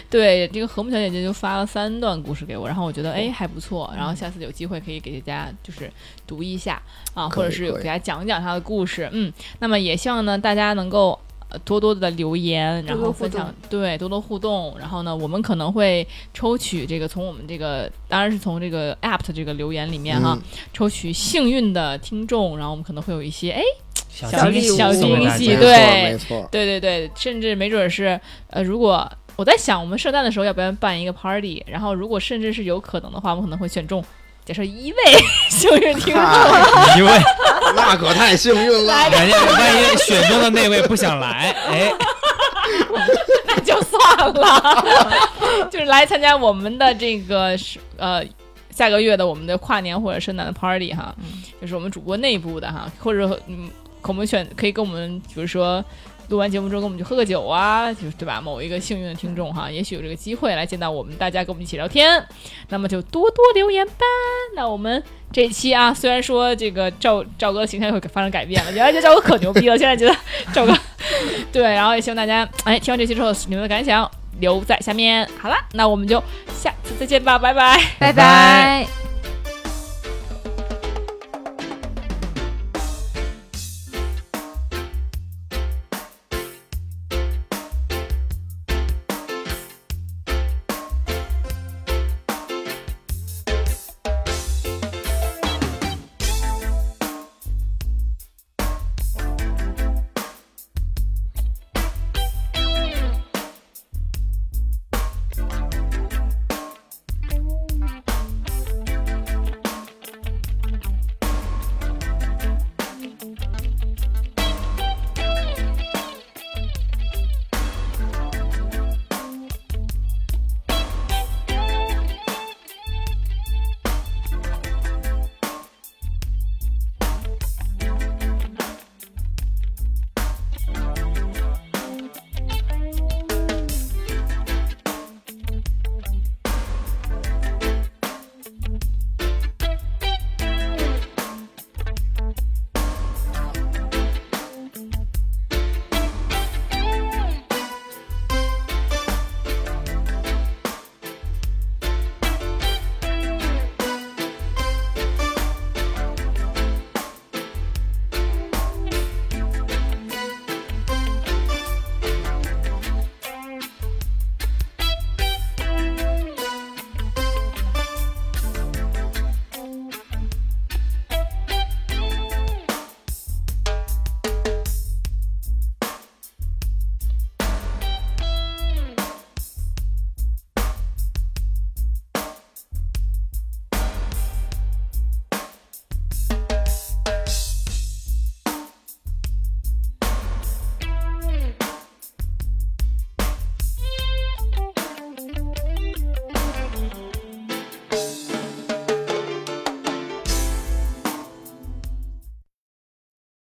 对，这个和睦小姐姐就发了三段故事给我，然后我觉得哦哎还不错，嗯然后下次有机会可以给大家就是读一下啊，可以或者是有可以给大家讲一讲她的故事，嗯，那么也希望呢大家能够。呃多多的留言，然多多后互分享，动对，多多互动。然后呢，我们可能会抽取这个从我们这个，当然是从这个 app 的这个留言里面哈，嗯抽取幸运的听众，然后我们可能会有一些哎小礼物小送给大惊喜家 对没错，没错，对对对，甚至没准儿是，呃，如果我在想，我们圣诞的时候要不要办一个 party？然后，如果甚至是有可能的话，我们可能会选中，假设一位 幸运听众， 嗨一位，那可太幸运了，人家万一选中的那位不想来，哎， 那就算 就是来参加我们的这个是呃下个月的我们的跨年或者圣诞的 party 哈，就是我们主播内部的哈，或者嗯，我们选可以跟我们比如说。录完节目之后，跟我们去喝个酒啊，就是对吧？某一个幸运的听众哈，也许有这个机会来见到我们，大家跟我们一起聊天，那么就多多留言吧。那我们这一期啊，虽然说这个赵赵哥的形象会发生改变了，原来觉得赵哥可牛逼了，现在觉得赵哥对，然后也希望大家哎听完这期之后你们的感想留在下面。好了，那我们就下次再见吧，拜拜。拜拜拜拜。